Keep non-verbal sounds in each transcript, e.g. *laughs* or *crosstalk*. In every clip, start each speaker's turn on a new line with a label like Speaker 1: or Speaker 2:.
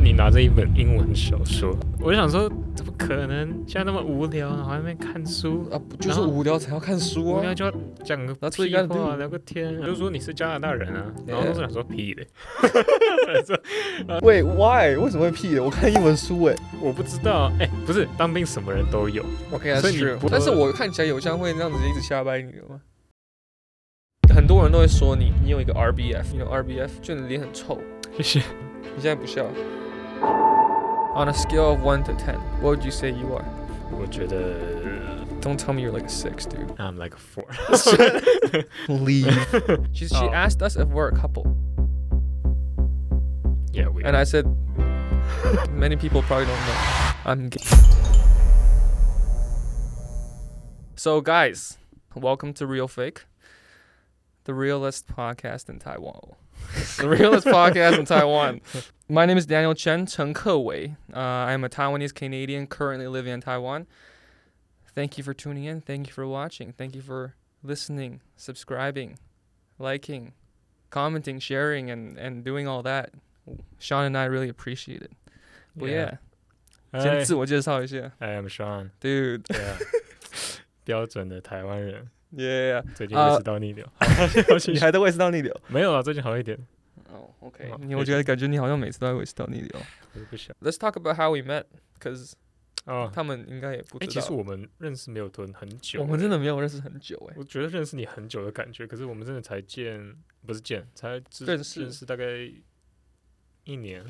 Speaker 1: 你拿着一本英文小说，我就想说，怎么可能？现在那么无聊，然后在那边看书，
Speaker 2: 啊，不就是
Speaker 1: 然后
Speaker 2: 无聊才要看书
Speaker 1: 无聊
Speaker 2: 啊？
Speaker 1: 就要讲个
Speaker 2: 那最
Speaker 1: 屁
Speaker 2: 干的
Speaker 1: 话，聊个天、啊，就说你是加拿大人
Speaker 2: *laughs*
Speaker 1: 啊，然后都是想说屁的，
Speaker 2: 喂，why？为什么会屁的？我看英文书哎、
Speaker 1: *laughs* 我不知道，哎、不是当兵什么人都有，
Speaker 2: OK，
Speaker 1: 所
Speaker 2: 还
Speaker 1: 以你
Speaker 2: 是
Speaker 1: 不，
Speaker 2: 但是我看起来有像会那样子一直瞎掰你的吗？很多人都会说你，你有一个 RBF，你有 RBF，就你的脸很臭。
Speaker 1: 谢谢。
Speaker 2: 你现在不笑。On a scale of one to ten, what would you say you are?
Speaker 1: 我觉得
Speaker 2: Don't tell me you're like a six, dude.
Speaker 1: I'm like a
Speaker 2: *laughs*
Speaker 1: four，
Speaker 2: Leave. *laughs* she she
Speaker 1: Oh.
Speaker 2: asked us if we're a couple,
Speaker 1: yeah we
Speaker 2: and I said, many people probably don't know, I'm gay. So guys, welcome to Real Fake, the realest podcast in Taiwan. *laughs* the realest podcast in Taiwan. My name is Daniel Chen Chen Kewei. Uh, I'm a Taiwanese Canadian currently living in Taiwan. Thank you for tuning in. Thank you for watching. Thank you for listening, subscribing, liking, commenting, sharing, and, and doing all that. Sean and I really appreciate it. But yeah,
Speaker 1: Hi,
Speaker 2: 先自我介绍一下。
Speaker 1: I am Sean，
Speaker 2: dude.
Speaker 1: 对啊， *laughs* 标准的台湾人，
Speaker 2: Yeah.
Speaker 1: 最近认识到逆流， *laughs* 好谢谢
Speaker 2: 你还在卫斯道逆流？
Speaker 1: 没有啊，最近好一点，
Speaker 2: 哦、o k
Speaker 1: 好
Speaker 2: 你
Speaker 1: 可
Speaker 2: 我
Speaker 1: 以
Speaker 2: 觉得感觉你好像每次都在卫斯道逆流。
Speaker 1: 我就不想
Speaker 2: Let's talk about how we met，cause
Speaker 1: 哦。
Speaker 2: 他们应该也不
Speaker 1: 哎、
Speaker 2: 知
Speaker 1: 其
Speaker 2: 道。
Speaker 1: 实我们认识没有多很久、欸
Speaker 2: 我们真的，没有认识很久哎、
Speaker 1: 我觉得认识你很久的感觉，可是我们真的才见，不是见，才知
Speaker 2: 认识
Speaker 1: 认识大概一年，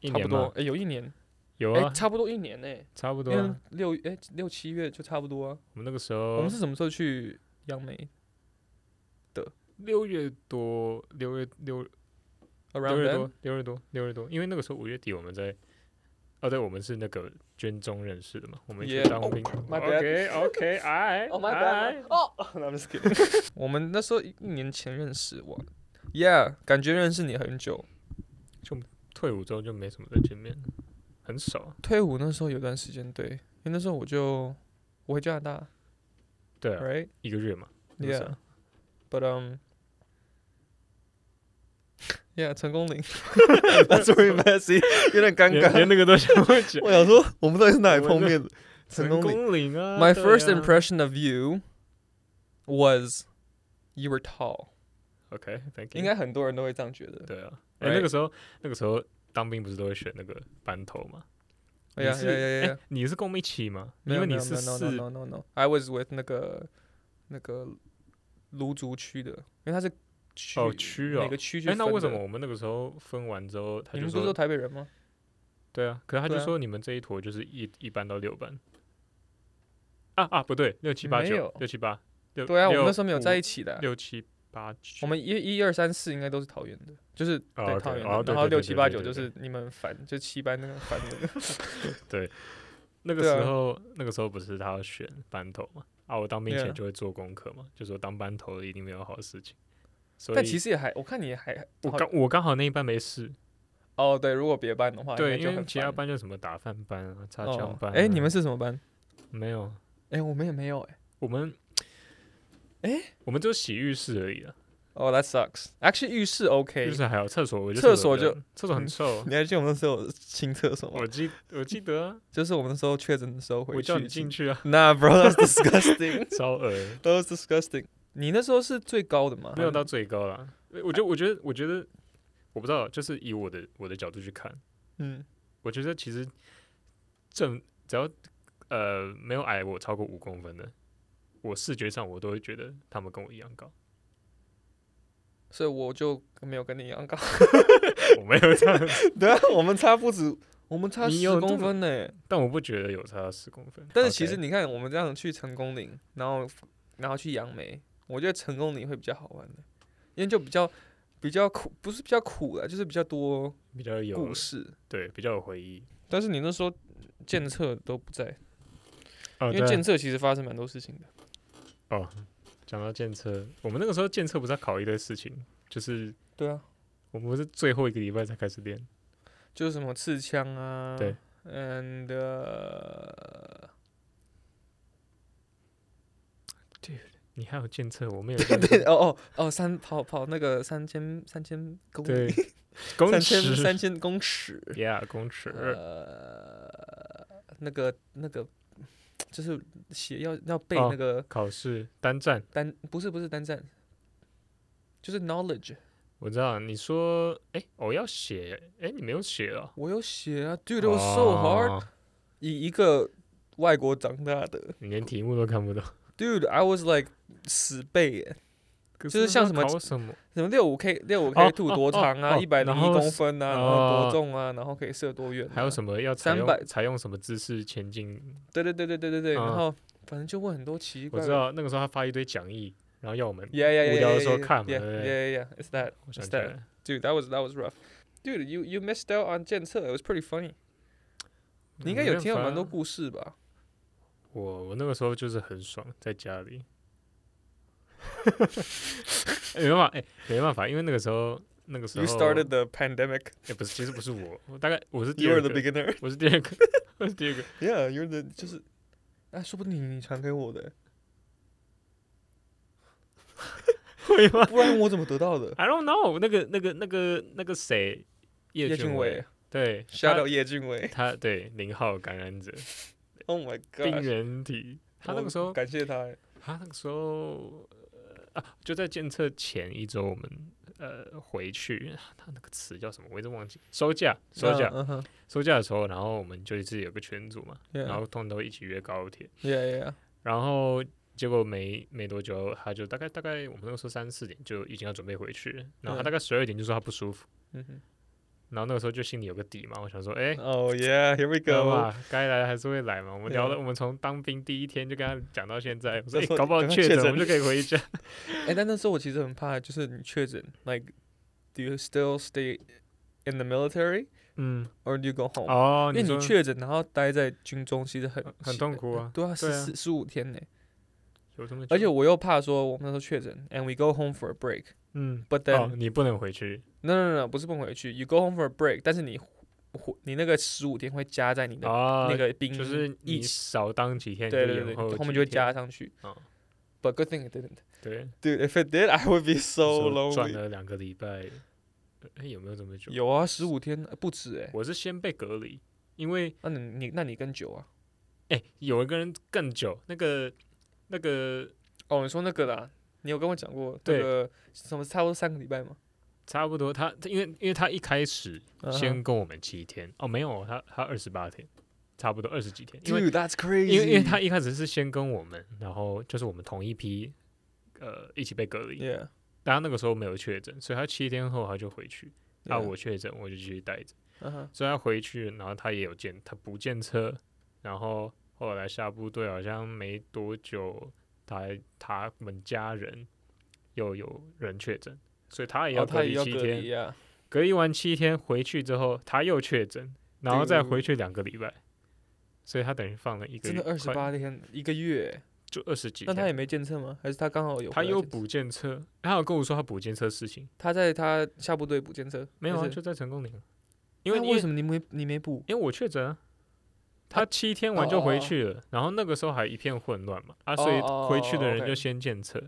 Speaker 1: 一
Speaker 2: 差不
Speaker 1: 年
Speaker 2: 多
Speaker 1: 吗
Speaker 2: 哎、？有一年
Speaker 1: 有
Speaker 2: 哎、
Speaker 1: 啊，
Speaker 2: 差不多一年哎、
Speaker 1: 差不
Speaker 2: 因
Speaker 1: 多、
Speaker 2: 为
Speaker 1: 啊。
Speaker 2: 六哎、六七月就差不多啊。
Speaker 1: 我们那个时
Speaker 2: 我
Speaker 1: 候
Speaker 2: 们是什么时候去央媒
Speaker 1: 六月多，六月六六
Speaker 2: ？Around
Speaker 1: 月
Speaker 2: then
Speaker 1: 多，六月多，六月多，因为那个时候五月底我们在，哦对，我们是那个军中认识的嘛，我们一起
Speaker 2: Yeah. 哦
Speaker 1: 当兵。
Speaker 2: my bad.
Speaker 1: OK
Speaker 2: *laughs*
Speaker 1: OK，哎
Speaker 2: Oh my bad. *laughs* 哦、oh,，I'm just kidding 。我们那时候一年前认识我，Yeah，感觉认识你很久。
Speaker 1: 退伍之后就没什么再见面了，很少啊。
Speaker 2: 退伍那时候有段时间，对，因为那时候我就我回加拿大
Speaker 1: 对啊，
Speaker 2: ，Right？
Speaker 1: 一个月嘛。那个时候
Speaker 2: Yeah. But um *laughs* Yeah, 成功岭 *laughs* That's very messy，有点尴
Speaker 1: 连连
Speaker 2: 尬。
Speaker 1: 那个都想不起来。
Speaker 2: 我想说，我们到底是哪里
Speaker 1: 我们
Speaker 2: 碰面的？ *laughs* 成功岭。
Speaker 1: 功岭啊
Speaker 2: My
Speaker 1: 对
Speaker 2: first
Speaker 1: 啊
Speaker 2: impression of you was you were tall，
Speaker 1: OK，Thank、
Speaker 2: 应
Speaker 1: you。
Speaker 2: 该很多人都会这样觉得。
Speaker 1: 对啊，哎、那
Speaker 2: Right
Speaker 1: 个时候那个时候当兵不是都会选那个班头嘛？
Speaker 2: 哎
Speaker 1: 你
Speaker 2: 呀
Speaker 1: 是
Speaker 2: 呀呀呀
Speaker 1: 哎！你是跟我们一起吗？
Speaker 2: 没
Speaker 1: 因
Speaker 2: 有
Speaker 1: 为
Speaker 2: 没
Speaker 1: 你
Speaker 2: 有
Speaker 1: 是
Speaker 2: 没有
Speaker 1: 四
Speaker 2: no no no no no，I was with 那个那个卢族区的，因为他是区
Speaker 1: 哦区哦
Speaker 2: 每个区去
Speaker 1: 哎、
Speaker 2: 分的。
Speaker 1: 那为什么我们那个时候分完之后，他
Speaker 2: 你
Speaker 1: 就
Speaker 2: 们不是都
Speaker 1: 说
Speaker 2: 台北人吗？
Speaker 1: 对啊，可是他就
Speaker 2: 对啊
Speaker 1: 说你们这一坨就是一一班到六班。啊啊，不对，六七八
Speaker 2: 没
Speaker 1: 九
Speaker 2: 有，
Speaker 1: 六七八，六
Speaker 2: 对啊，我们那时候没有
Speaker 1: 五
Speaker 2: 在一起的啊。
Speaker 1: 六七八九，
Speaker 2: 我们一一二三四应该都是桃园的，就是
Speaker 1: 哦
Speaker 2: 对
Speaker 1: OK，
Speaker 2: 桃园
Speaker 1: 哦
Speaker 2: 的，
Speaker 1: 对
Speaker 2: 然
Speaker 1: 对对
Speaker 2: 后六
Speaker 1: 对
Speaker 2: 七八
Speaker 1: 对
Speaker 2: 九就
Speaker 1: 对
Speaker 2: 是你们烦，就七班那个烦
Speaker 1: *laughs*
Speaker 2: 那个。
Speaker 1: 那个
Speaker 2: 对
Speaker 1: 时
Speaker 2: 啊
Speaker 1: 候，那个时候不是他要选班头嘛？啊，我当兵前
Speaker 2: Yeah
Speaker 1: 就会做功课嘛就说当班头一定没有好事情。所以，
Speaker 2: 但其实也还，我看你也还
Speaker 1: 我
Speaker 2: 好
Speaker 1: 刚我刚好那一班没事，
Speaker 2: 哦，对，如果别班的话，
Speaker 1: 对，
Speaker 2: 应该
Speaker 1: 因
Speaker 2: 就
Speaker 1: 为
Speaker 2: 很
Speaker 1: 其他
Speaker 2: 烦
Speaker 1: 班就什么打饭班啊、擦枪
Speaker 2: 哦
Speaker 1: 班、啊。
Speaker 2: 哎，你们是什么班？
Speaker 1: 没有？
Speaker 2: 哎，我们也没有哎。
Speaker 1: 我们，哎，我们就洗浴室而已啊，
Speaker 2: 哦，That sucks。Actually，浴室
Speaker 1: 浴
Speaker 2: OK，
Speaker 1: 室还好，厕所我觉得
Speaker 2: 厕
Speaker 1: 所
Speaker 2: 所
Speaker 1: 比较
Speaker 2: 就
Speaker 1: 厕所很
Speaker 2: 嗯
Speaker 1: 臭啊。
Speaker 2: 你还记得我们那时候有清厕所吗
Speaker 1: 我？记我记得啊，
Speaker 2: 就是我们那时候确诊的时 *laughs* 候回去，
Speaker 1: 我叫你进。去啊，
Speaker 2: 那 bro，that's *laughs* disgusting，that
Speaker 1: 超恶
Speaker 2: was disgusting。你那时候是最高的吗？
Speaker 1: 没有到最高啦。我觉得，我觉得，我觉得，我不知道，就是以我的我的角度去看，
Speaker 2: 嗯，
Speaker 1: 我觉得其实正只要呃没有矮我超过五公分的，我视觉上我都会觉得他们跟我一样高。
Speaker 2: 所以我就没有跟你一样高。
Speaker 1: 我没有这样，
Speaker 2: 对啊，我们差不止，我们差
Speaker 1: 你
Speaker 2: 十
Speaker 1: 有这么
Speaker 2: 公分呢、
Speaker 1: *laughs* 但我不觉得有差十公分。
Speaker 2: 但是其实
Speaker 1: OK，
Speaker 2: 你看，我们这样去成功岭，然后然后去杨梅，我觉得成功岭会比较好玩的，因为就比较比较苦，不是比较苦啦，就是比较多
Speaker 1: 比较有
Speaker 2: 故事。
Speaker 1: 对比较有回忆。
Speaker 2: 但是你那时候建测都不在，
Speaker 1: 哦
Speaker 2: 因为建测其实发生蛮多事情的。
Speaker 1: 讲到建测，我们那个时候建测不是要考一堆事情，就是
Speaker 2: 对啊，
Speaker 1: 我们不是最后一个礼拜才开始练。
Speaker 2: 就是什么刺枪啊，
Speaker 1: 对
Speaker 2: *laughs* ，and、呃
Speaker 1: 你
Speaker 2: 呃 *laughs*
Speaker 1: 还有建测，我没有建测。
Speaker 2: *laughs* 对，哦哦哦，三跑跑那个三千三千公里，
Speaker 1: 对，公
Speaker 2: 三千
Speaker 1: 尺
Speaker 2: 三千公尺，
Speaker 1: ，Yeah，公尺，
Speaker 2: 呃，那个那个就是写要要背
Speaker 1: 哦
Speaker 2: 那个
Speaker 1: 考试单站，
Speaker 2: 单，不是不是单站，就是 knowledge。
Speaker 1: 我知道你说，哎，我要写，哎，你没有写啊
Speaker 2: 我有写啊，dude，it was so hard。
Speaker 1: 哦
Speaker 2: 以一个外国长大的
Speaker 1: 你连题目都看不懂，
Speaker 2: dude，I was like 死背耶，
Speaker 1: 就是
Speaker 2: 像什么
Speaker 1: 考什么，
Speaker 2: 什么六五 k 六五
Speaker 1: 哦
Speaker 2: k 吐多长啊，
Speaker 1: 哦哦
Speaker 2: 一百零
Speaker 1: 然
Speaker 2: 一
Speaker 1: 后
Speaker 2: 公
Speaker 1: 是
Speaker 2: 分啊，然后
Speaker 1: 哦
Speaker 2: 多重啊，然后可以射多远啊、
Speaker 1: 还有什么要采
Speaker 2: 300
Speaker 1: 用采用什么姿势前进？
Speaker 2: 对对对对对对对，然
Speaker 1: 嗯
Speaker 2: 后反正就问很多奇
Speaker 1: 我
Speaker 2: 怪
Speaker 1: 知道那个时候他发一堆讲义，然后要我们，
Speaker 2: Yeah, yeah, yeah.
Speaker 1: 无聊的
Speaker 2: yeah,
Speaker 1: 时候
Speaker 2: yeah,
Speaker 1: 看嘛
Speaker 2: yeah,
Speaker 1: 对不
Speaker 2: yeah, yeah, yeah. It's that,
Speaker 1: 我想
Speaker 2: it's
Speaker 1: 起来
Speaker 2: that.
Speaker 1: 了
Speaker 2: Dude, that was that was rough. Dude, you you missed out on 检测 It was pretty funny. 你应该有听到蛮
Speaker 1: 没办法
Speaker 2: 多。
Speaker 1: 啊
Speaker 2: 故事吧？
Speaker 1: 我我那个时候就是很爽，在家里。 *laughs* 没办法，哎、没办法，因为那个时候，那个时候
Speaker 2: You started the pandemic.
Speaker 1: 哎、不是，其实不是我，我大概我是第
Speaker 2: You
Speaker 1: 二
Speaker 2: were
Speaker 1: 个
Speaker 2: the，beginner.
Speaker 1: *laughs* 我是第二
Speaker 2: *laughs*
Speaker 1: 个，我是第二个。
Speaker 2: Yeah, you're the 就是，啊，Ah, 说不定你你传给
Speaker 1: *laughs*
Speaker 2: 我的，
Speaker 1: 会吗
Speaker 2: 不然我怎么得到的？
Speaker 1: ？I don't know 那个。那个那个那个谁，叶
Speaker 2: 叶
Speaker 1: 俊
Speaker 2: 俊伟，
Speaker 1: 对，
Speaker 2: 吓
Speaker 1: 他
Speaker 2: 到叶俊伟。
Speaker 1: 他对零号感染者
Speaker 2: Oh my
Speaker 1: 病
Speaker 2: god！
Speaker 1: 原体，他那个时候，
Speaker 2: 感谢他耶。
Speaker 1: 他那个时候、呃、啊，就在监测前一周，我们呃回去，他那个词叫什么，我一直忘记，收假，收假，
Speaker 2: 嗯哼
Speaker 1: 收假的时候，然后我们就自己有个群组嘛，
Speaker 2: ，Yeah，
Speaker 1: 然后通常都一起约高铁，
Speaker 2: Yeah Yeah，
Speaker 1: 然后结果没没多久，他就大概大概我们那个时候三四点就已经要准备回去了，然后他
Speaker 2: 嗯
Speaker 1: 大概十二点就说他不舒服，
Speaker 2: 嗯哼
Speaker 1: 然后那个时候就心里有个底嘛，我想说，哎、
Speaker 2: ，Oh yeah，Here we
Speaker 1: 哥
Speaker 2: go。
Speaker 1: 嘛，该来的还是会来嘛。我们聊了，
Speaker 2: 对
Speaker 1: 我们从当兵第一天就跟他讲到现在，我
Speaker 2: 那
Speaker 1: 说、哎
Speaker 2: 时候
Speaker 1: 搞不好
Speaker 2: 刚刚
Speaker 1: 确
Speaker 2: 确
Speaker 1: 诊我
Speaker 2: 诊
Speaker 1: 们就可以回家。
Speaker 2: 哎、但那时候我其实很怕，就是你确诊，like do you still stay in the military
Speaker 1: 嗯，
Speaker 2: or do you go home？、
Speaker 1: 哦，
Speaker 2: 因为你
Speaker 1: 说
Speaker 2: 确诊，然后待在军中，其实很
Speaker 1: 很痛苦啊
Speaker 2: 对啊，十
Speaker 1: 对啊
Speaker 2: 四十五天呢、
Speaker 1: 有这么久，
Speaker 2: 而且我又怕说，我们那时候确诊，and we go home for a break，but
Speaker 1: 嗯，
Speaker 2: then、
Speaker 1: 哦，你不能回去
Speaker 2: no no no，no 不是不能回去，you go home for a break，但是你回你那个十五天会加在你的、
Speaker 1: 哦，
Speaker 2: 那个兵
Speaker 1: 就是
Speaker 2: 一
Speaker 1: 你
Speaker 2: 起，
Speaker 1: 少当几天，
Speaker 2: 对
Speaker 1: 你
Speaker 2: 对
Speaker 1: 就
Speaker 2: 对，
Speaker 1: 延后
Speaker 2: 后面
Speaker 1: 几
Speaker 2: 就会
Speaker 1: 天
Speaker 2: 加上去。
Speaker 1: 哦
Speaker 2: But good thing it didn't. *laughs*
Speaker 1: 对
Speaker 2: Dude, if it did, I would be
Speaker 1: 那时
Speaker 2: so
Speaker 1: 候转
Speaker 2: lonely.
Speaker 1: 了两个礼拜，哎，有没有这么久？
Speaker 2: 有啊，十五天呃不止哎、
Speaker 1: 我是先被隔离，因为
Speaker 2: 那你你那你跟酒啊？
Speaker 1: 哎、有一个人更久，那个那个
Speaker 2: 哦，你说那个啦，你有跟我讲过那
Speaker 1: 对
Speaker 2: 个什么差不多三个礼拜吗？
Speaker 1: 差不多他，他因为因为他一开始
Speaker 2: 嗯
Speaker 1: 先跟我们七天、哦，没有他他二十八天，差不多二十几天，因为
Speaker 2: Dude, that's crazy.
Speaker 1: 因为因为他一开始是先跟我们，然后就是我们同一批呃一起被隔离，
Speaker 2: yeah，
Speaker 1: 但他那个时候没有确诊，所以他七天后他就回去，那、
Speaker 2: yeah，
Speaker 1: 我确诊我就继续待着，
Speaker 2: 嗯哼
Speaker 1: 所以他回去，然后他也有见他不见车，然后后来下部队好像没多久，他他们家人又有人确诊，所以他也要
Speaker 2: 哦
Speaker 1: 隔
Speaker 2: 他也
Speaker 1: 离
Speaker 2: 要
Speaker 1: 七
Speaker 2: 隔
Speaker 1: 天。
Speaker 2: 离啊。
Speaker 1: 隔离完七天回去之后，他又确诊，然后再回去两个礼拜，所以他等于放了一个
Speaker 2: 真的
Speaker 1: 月
Speaker 2: 二十，
Speaker 1: 快
Speaker 2: 八天一个月，
Speaker 1: 就二十几
Speaker 2: 那
Speaker 1: 天。
Speaker 2: 他也没监测吗？还是他刚好有回
Speaker 1: 他
Speaker 2: 来检测？
Speaker 1: 又补检测，他有跟我说他补检测事情，
Speaker 2: 他在他下部队补监测，
Speaker 1: 没有啊，
Speaker 2: 还是
Speaker 1: 就在成功岭，因为
Speaker 2: 那
Speaker 1: 因
Speaker 2: 为
Speaker 1: 为
Speaker 2: 什么你没你没补？
Speaker 1: 因为我确诊啊，他七天完就回去了，然后那个时候还一片混乱嘛，啊，所以
Speaker 2: 哦哦哦
Speaker 1: 回去的人
Speaker 2: ，OK
Speaker 1: 就先检测。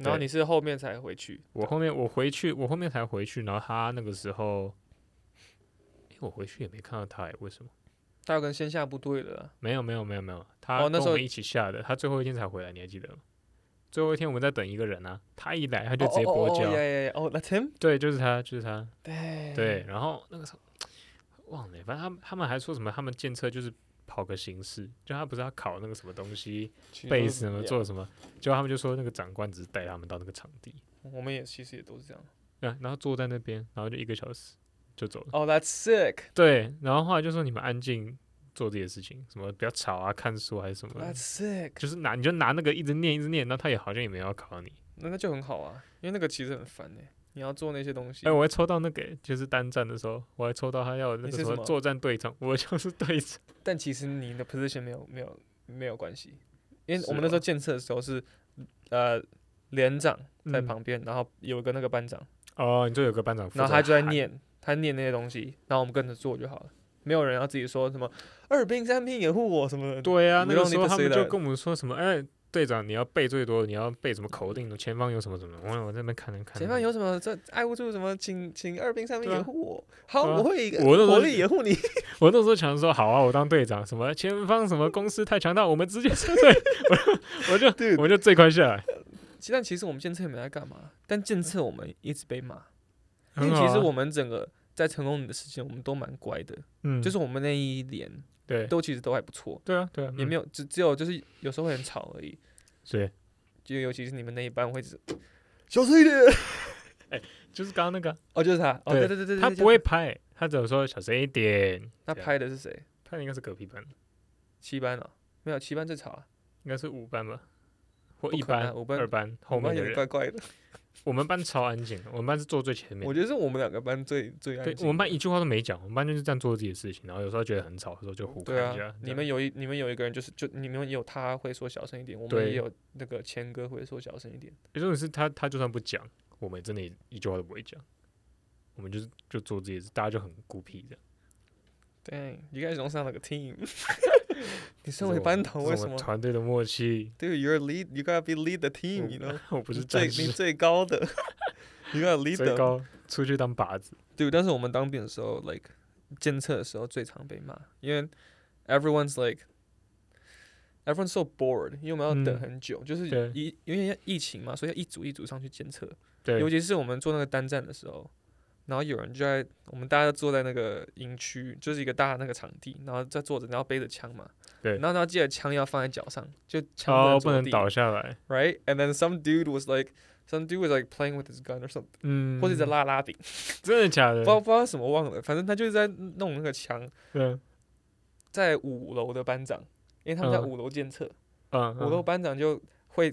Speaker 2: 然后
Speaker 1: 对
Speaker 2: 你是后面才回去？
Speaker 1: 我后面我回去，我后面才回去，然后他那个时候，诶，我回去也没看到他，诶为什么？
Speaker 2: 他要跟先下部队了啦。
Speaker 1: 没有没有没有没有，他
Speaker 2: 哦那
Speaker 1: 跟我
Speaker 2: 时候
Speaker 1: 们一起下的，他最后一天才回来，你还记得吗？最后一天我们在等一个人啊，他一来他就直接
Speaker 2: 哦
Speaker 1: 拨
Speaker 2: 哦
Speaker 1: 叫，
Speaker 2: 哦，yeah, yeah, yeah. Oh, that's him.
Speaker 1: 对，就是他，就是他，
Speaker 2: 对
Speaker 1: 对。，然后那个时候忘了，反正他们他们还说什么，他们建测就是跑个形式，就他不是要考那个什么东西，背什么做什么，结果他们就说那个长官只是带他们到那个场地，
Speaker 2: 我们也其实也都是这样。
Speaker 1: 啊，然后坐在那边，然后就一个小时就走了，
Speaker 2: Oh, that's sick.
Speaker 1: 对。然后后来就说你们安静做自己的事情，什么不要吵啊，看书还是什么的。
Speaker 2: That's sick.
Speaker 1: 就是拿你就拿那个一直念一直念，那他也好像也没有要考你。哎
Speaker 2: 那那就很好啊，因为那个其实很烦哎、你要做那些东西。
Speaker 1: 哎、我还抽到那个欸，就是单站的时候，我还抽到他要那个
Speaker 2: 你是
Speaker 1: 什
Speaker 2: 什
Speaker 1: 么
Speaker 2: 么
Speaker 1: 作战队长，我就是队长。
Speaker 2: 但其实你的 position 没有没有没有关系，因为
Speaker 1: 是
Speaker 2: 我们那时候
Speaker 1: 哦
Speaker 2: 建设的时候是，呃，连长 *laughs* 在
Speaker 1: 嗯
Speaker 2: 旁边，然后有一个那个班长，
Speaker 1: 哦，你就有个班长负责
Speaker 2: 然
Speaker 1: 喊，
Speaker 2: 后他就在念，他念那些东西，然后我们跟着做就好了，没有人要自己说什么二兵三兵掩护我什么的。
Speaker 1: 对啊，
Speaker 2: We
Speaker 1: 啊那个
Speaker 2: don't
Speaker 1: 时
Speaker 2: need
Speaker 1: 候
Speaker 2: to
Speaker 1: 他
Speaker 2: say
Speaker 1: 们就
Speaker 2: that
Speaker 1: 跟我们说什么，哎、队长你要背最多，你要背什么口令？前方有什么什么？我我在那边看了看，
Speaker 2: 前方有什么？这爱护住什么？请请二兵三兵
Speaker 1: 对啊
Speaker 2: 掩护我。好，
Speaker 1: 对啊
Speaker 2: 我会一个
Speaker 1: 我那时候
Speaker 2: 火力掩护你。
Speaker 1: 我那时候想说，好啊，我当队长，什么前方什么公司太强大，我们直
Speaker 2: *laughs*
Speaker 1: 接撤退， *laughs* 我就我就
Speaker 2: Dude
Speaker 1: 我就最快下来。
Speaker 2: 其但其实我们监测也没在干嘛，但监测我们一直被骂， *laughs* 因
Speaker 1: 很
Speaker 2: 为
Speaker 1: 好
Speaker 2: 其实
Speaker 1: 啊
Speaker 2: 我们整个在成功的时间，我们都蛮乖的，
Speaker 1: 嗯，
Speaker 2: 就是我们那一年
Speaker 1: 对
Speaker 2: 都其实都还不错，
Speaker 1: 对啊对啊，
Speaker 2: 也没
Speaker 1: 有
Speaker 2: 有只只有就是有时候会很吵而已，
Speaker 1: 对，
Speaker 2: 就尤其是你们那一班会是小声一点，
Speaker 1: 就是刚刚那个
Speaker 2: 哦就是他，哦对
Speaker 1: 对
Speaker 2: 对对对，
Speaker 1: 他
Speaker 2: 对
Speaker 1: 不会，拍，他只有说小声一点。
Speaker 2: 他
Speaker 1: 这样
Speaker 2: 拍的是谁？
Speaker 1: 拍的应该是隔壁班，
Speaker 2: 七班啊，没有七班最吵啊，
Speaker 1: 应该是五班吧，或
Speaker 2: 不
Speaker 1: 一
Speaker 2: 可能啊
Speaker 1: 班、
Speaker 2: 五班
Speaker 1: 二班后
Speaker 2: 我们
Speaker 1: 面
Speaker 2: 班有
Speaker 1: 的
Speaker 2: 点
Speaker 1: 人。
Speaker 2: 怪怪的，
Speaker 1: 我们班超安静的，我们班是坐最前面
Speaker 2: 我。觉得是我们两个班最最安
Speaker 1: 对，
Speaker 2: 静
Speaker 1: 我们
Speaker 2: 的
Speaker 1: 班一句话都没讲，我们班就是这样做自己的事情，然后有时候觉得很吵的时候就互看
Speaker 2: 对
Speaker 1: 一下。
Speaker 2: 啊，
Speaker 1: 这
Speaker 2: 你
Speaker 1: 样
Speaker 2: 们有一你们有一个人就是就你们有他会说小声一点，我们
Speaker 1: 对
Speaker 2: 也有那个谦哥会说小声一点。
Speaker 1: 有种是他他就算不讲，我们真的一句话都不会讲，我们就是就做自己的事，大家就很孤僻这样。
Speaker 2: Dang, you guys don't sound like
Speaker 1: *laughs*
Speaker 2: a team. 你
Speaker 1: 这
Speaker 2: 身为
Speaker 1: 我
Speaker 2: 班
Speaker 1: 们
Speaker 2: 头，
Speaker 1: 这
Speaker 2: 为
Speaker 1: 是
Speaker 2: 什
Speaker 1: 我们
Speaker 2: 么
Speaker 1: 团队的默契？ *laughs*
Speaker 2: ？Dude, you're a lead. You gotta be lead the
Speaker 1: 嗯
Speaker 2: team. You know，
Speaker 1: 我不
Speaker 2: 你
Speaker 1: 是
Speaker 2: 最
Speaker 1: 战
Speaker 2: 你
Speaker 1: 士，
Speaker 2: 最高的 *laughs*
Speaker 1: *laughs*
Speaker 2: ，you gotta lead
Speaker 1: 最
Speaker 2: them.
Speaker 1: 高出去当靶子。
Speaker 2: Dude，但是我们当兵的时候，like 监测的时候最常被骂，因为 everyone's like everyone's so bored，因为我们要等
Speaker 1: 嗯
Speaker 2: 很久，就是
Speaker 1: 对
Speaker 2: 疫因为要疫情嘛，所以要一组一组上去监测。
Speaker 1: 对
Speaker 2: 尤，其是我们做那个单站的时候，然后有人就在我们大家都坐在那个营区，就是一个大的那个场地，然后在坐着，然后背着枪嘛，
Speaker 1: 对
Speaker 2: 然后然后记得枪要放在脚上，就枪
Speaker 1: 哦，不
Speaker 2: 不能
Speaker 1: 能
Speaker 2: 着地
Speaker 1: 倒下来。
Speaker 2: ，right? And then some dude was like. Some dude was like playing with his gun or something，、
Speaker 1: 嗯，
Speaker 2: 或者在拉拉饼，
Speaker 1: 真的假
Speaker 2: 不
Speaker 1: 的
Speaker 2: 知？道不知道什么忘了，反正他就是在弄那个枪，
Speaker 1: 嗯
Speaker 2: 在五楼的班长，因为他们在
Speaker 1: 嗯
Speaker 2: 五楼监测，
Speaker 1: 嗯，
Speaker 2: 五楼
Speaker 1: 嗯
Speaker 2: 班长就会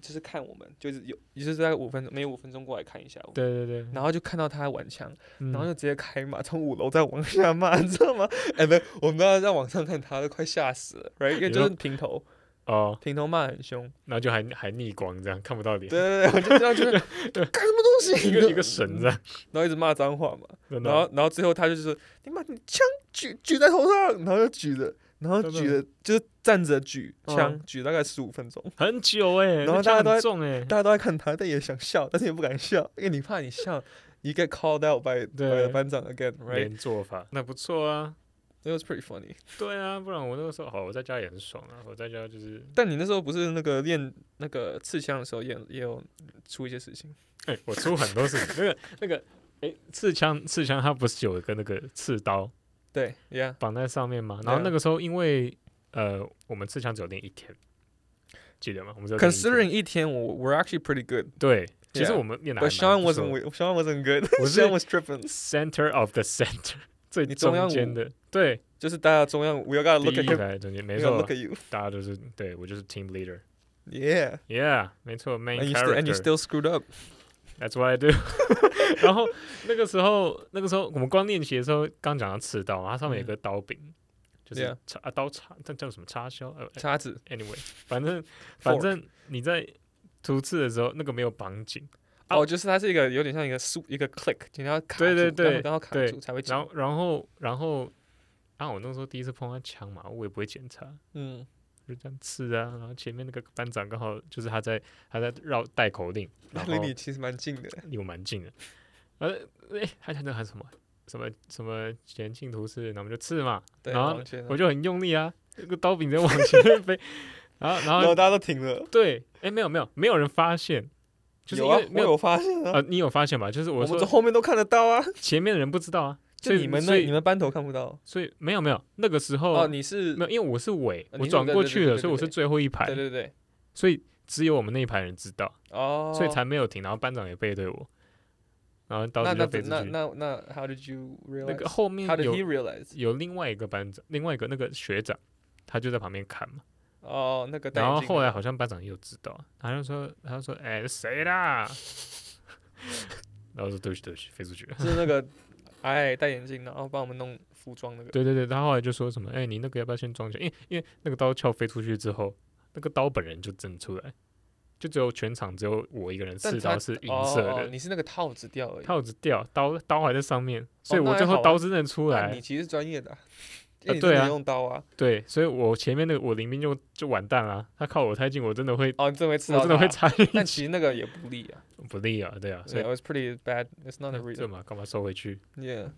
Speaker 2: 就是看我们，就是有就是在五分钟每五分钟过来看一下我们，
Speaker 1: 对对对，
Speaker 2: 然后就看到他在玩枪，
Speaker 1: 嗯
Speaker 2: 然后就直接开骂，从五楼再往下骂，你知道吗？ *laughs* 哎，不，我们当时在网上看他都快吓死了，right？因为
Speaker 1: 你
Speaker 2: 就
Speaker 1: 说
Speaker 2: 是平头，
Speaker 1: 哦，
Speaker 2: 平头骂很凶，
Speaker 1: 然后就还还逆光这样，看不到脸
Speaker 2: 对，啊对对，我就知道就是干什么东
Speaker 1: *laughs*
Speaker 2: 西，
Speaker 1: 一个一个绳子，
Speaker 2: 然后一直骂脏话嘛，
Speaker 1: 真的
Speaker 2: 嗯然后然后最后他就是说你把你枪举举在头上，然后就举着，然后
Speaker 1: 真的
Speaker 2: 举着就是站着举
Speaker 1: 嗯
Speaker 2: 枪，举大概十五分钟，
Speaker 1: 很久哎，
Speaker 2: 然后
Speaker 1: 那
Speaker 2: 大家
Speaker 1: 枪
Speaker 2: 都在
Speaker 1: 很重哎，
Speaker 2: 大家都在看他，但也想笑，但是也不敢笑，因为你怕你笑。You get called out by by
Speaker 1: 对
Speaker 2: the 班长 again, right?
Speaker 1: 连做法那不错啊，
Speaker 2: It was pretty funny.
Speaker 1: 对啊，不然我那个时候好，我在家也很爽啊，我在家就是，
Speaker 2: 但你那时候不是那个练那个刺枪的时候也也有出一些事情，
Speaker 1: 哎、我出很多
Speaker 2: *laughs*
Speaker 1: 事情，那个那个，哎、刺枪刺枪它不是有一个那个刺刀
Speaker 2: 对，Yeah，
Speaker 1: 绑在上面吗？
Speaker 2: 对啊
Speaker 1: 然后那个时候因为呃，我们刺枪只有练一天，记得吗？我们只有练一天
Speaker 2: considering 一天我 we're actually pretty good,
Speaker 1: 对，其实
Speaker 2: Yeah，
Speaker 1: 我们练的还
Speaker 2: but
Speaker 1: 蛮
Speaker 2: Sean
Speaker 1: 不错
Speaker 2: wasn't wi- Sean wasn't good.
Speaker 1: 我是
Speaker 2: *laughs* Sean was tripping.
Speaker 1: center of the center 最
Speaker 2: 你中央
Speaker 1: 中间
Speaker 2: 五
Speaker 1: 的，对，
Speaker 2: 就是大家中央，we all gotta
Speaker 1: 第
Speaker 2: look
Speaker 1: 一
Speaker 2: at you,
Speaker 1: 排中间， *laughs* 没
Speaker 2: we
Speaker 1: 错
Speaker 2: gotta，look at you.
Speaker 1: 大家都是对我就是 team leader，yeah，
Speaker 2: Yeah,
Speaker 1: 没错，main
Speaker 2: and you still
Speaker 1: character
Speaker 2: and you still
Speaker 1: *laughs*
Speaker 2: screwed up.
Speaker 1: That's what I do 。 *laughs* 然后那个时候，那个时候我们光练习的时候，刚讲到刺刀嘛，它上面有
Speaker 2: 嗯
Speaker 1: 个刀柄，就是
Speaker 2: Yeah
Speaker 1: 插啊刀插，这叫什么插销？呃
Speaker 2: 叉子
Speaker 1: ，anyway，反正反
Speaker 2: Fork
Speaker 1: 正你在突刺的时候，那个没有绑紧，啊
Speaker 2: 哦，就是它是一个有点像一个 s 一个 click，你要卡住，
Speaker 1: 对对对
Speaker 2: 然后刚好卡
Speaker 1: 对
Speaker 2: 住才会紧
Speaker 1: 然。后然后然后啊，我那时候第一次碰到枪嘛，我也不会检查。
Speaker 2: 嗯
Speaker 1: 就这样刺啊，然后前面那个班长刚好就是他在他在绕带口令，
Speaker 2: 那
Speaker 1: 然
Speaker 2: 离
Speaker 1: 后
Speaker 2: 你其实蛮近的。
Speaker 1: 离我蛮近的。呃，哎、他他那喊什么什么什么前进图刺，然后我们就刺嘛，
Speaker 2: 对，
Speaker 1: 然后
Speaker 2: 往前
Speaker 1: 我就很用力啊，那个刀柄在往前面飞，然后然
Speaker 2: 然
Speaker 1: 后
Speaker 2: 后大家都停了。
Speaker 1: 对，哎、没有没有没有人发现，就是
Speaker 2: 有
Speaker 1: 因
Speaker 2: 啊
Speaker 1: 为，
Speaker 2: 我
Speaker 1: 没有
Speaker 2: 有发现啊，
Speaker 1: 呃，你有发现吧？就是
Speaker 2: 我
Speaker 1: 我
Speaker 2: 们
Speaker 1: 说
Speaker 2: 这后面都看得到啊，
Speaker 1: *laughs* 前面的人不知道啊，
Speaker 2: 就
Speaker 1: 所以
Speaker 2: 你们
Speaker 1: 所
Speaker 2: 那
Speaker 1: 以
Speaker 2: 你们班头看不到。
Speaker 1: 所以没有没有那个时候、
Speaker 2: 哦，你是
Speaker 1: 没有，因为我是尾，我
Speaker 2: 呃你是
Speaker 1: 转
Speaker 2: 对
Speaker 1: 过
Speaker 2: 对对
Speaker 1: 去
Speaker 2: 对
Speaker 1: 了，
Speaker 2: 对
Speaker 1: 所以我
Speaker 2: 对
Speaker 1: 是最后一排
Speaker 2: 对，对对，
Speaker 1: 所以只有我们那一排人知道，
Speaker 2: 哦，
Speaker 1: 所以才没有停，然后班长也背对我，然后刀
Speaker 2: 那
Speaker 1: 子
Speaker 2: 那
Speaker 1: 就飞出
Speaker 2: 那
Speaker 1: 去。
Speaker 2: 那那，How did you
Speaker 1: 那
Speaker 2: realize？
Speaker 1: 个后面
Speaker 2: How did
Speaker 1: 有
Speaker 2: he realize？
Speaker 1: 有另外一个班长，另外一个那个学长，他就在旁边看嘛。
Speaker 2: 哦，那个戴
Speaker 1: 然后
Speaker 2: 眼镜
Speaker 1: 后
Speaker 2: 的
Speaker 1: 来好像班长也有知道，他就说，他就说，哎、谁啦？ *laughs* 然后我说对不起，对不起，飞出去了。
Speaker 2: 是那个哎戴眼镜，然后帮我们弄服装那个。
Speaker 1: 对对对，他后来就说什么，哎、你那个要不要先装一下？因为因为那个刀鞘飞出去之后，那个刀本人就震出来，就只有全场只有我一个人
Speaker 2: 但
Speaker 1: 刺
Speaker 2: 他
Speaker 1: 刀是银
Speaker 2: 哦
Speaker 1: 色
Speaker 2: 哦
Speaker 1: 的，
Speaker 2: 你是那个套子掉而已。
Speaker 1: 套子掉，刀刀还在上面，所以
Speaker 2: 哦那
Speaker 1: 我
Speaker 2: 还
Speaker 1: 最
Speaker 2: 好
Speaker 1: 后
Speaker 2: 啊
Speaker 1: 刀子认得出
Speaker 2: 那
Speaker 1: 来。
Speaker 2: 你其实专业的啊，因为你
Speaker 1: 对
Speaker 2: 真的
Speaker 1: 啊
Speaker 2: 用刀啊，
Speaker 1: 对，所以我前面那个我林斌就就完蛋了，他靠我太近，我真的会，
Speaker 2: 哦，你真的会吃
Speaker 1: 我
Speaker 2: 到
Speaker 1: 真的会插
Speaker 2: 它
Speaker 1: 进
Speaker 2: 但
Speaker 1: 去，
Speaker 2: 其实那个也不利啊。
Speaker 1: *laughs* 不利啊，对啊，所
Speaker 2: Yeah,
Speaker 1: 以
Speaker 2: it was pretty bad. It's not a
Speaker 1: 这
Speaker 2: reason.
Speaker 1: 嘛干嘛收回去？
Speaker 2: Yeah.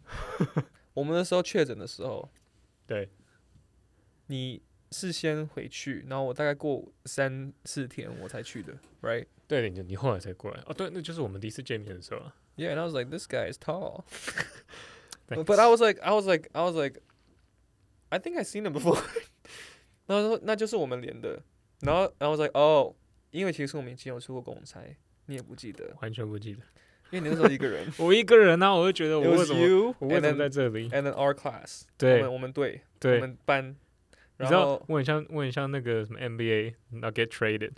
Speaker 2: 我们那时候确诊的时候，
Speaker 1: *laughs* 对，
Speaker 2: 你是先回去，然后我大概过三四天我才去的，right?
Speaker 1: 对，你你后来才过来哦，对，那就是我们第一次见面的时候啊。
Speaker 2: Yeah, and I was like, this guy
Speaker 1: *laughs*
Speaker 2: is tall.
Speaker 1: Thanks.
Speaker 2: But I was like, I was like, I was like, I think I seen him *laughs* before. 然后他说那就是我们连的，然后 I was like, oh，因为其实我们以前有出过公差，你也不记得，
Speaker 1: *laughs* 完全不记得，
Speaker 2: 因为你那时候一个人。
Speaker 1: 我一个人呢、啊我就觉得
Speaker 2: It
Speaker 1: 我为
Speaker 2: was
Speaker 1: 什么
Speaker 2: you
Speaker 1: 我为
Speaker 2: and
Speaker 1: 什么在
Speaker 2: then
Speaker 1: 这里？
Speaker 2: and then our class，我
Speaker 1: 对
Speaker 2: 们我们队，我
Speaker 1: 对，
Speaker 2: 们班，
Speaker 1: 你
Speaker 2: 然
Speaker 1: 知道
Speaker 2: 后
Speaker 1: 我很像我很像那个什么 NBA，那 get traded。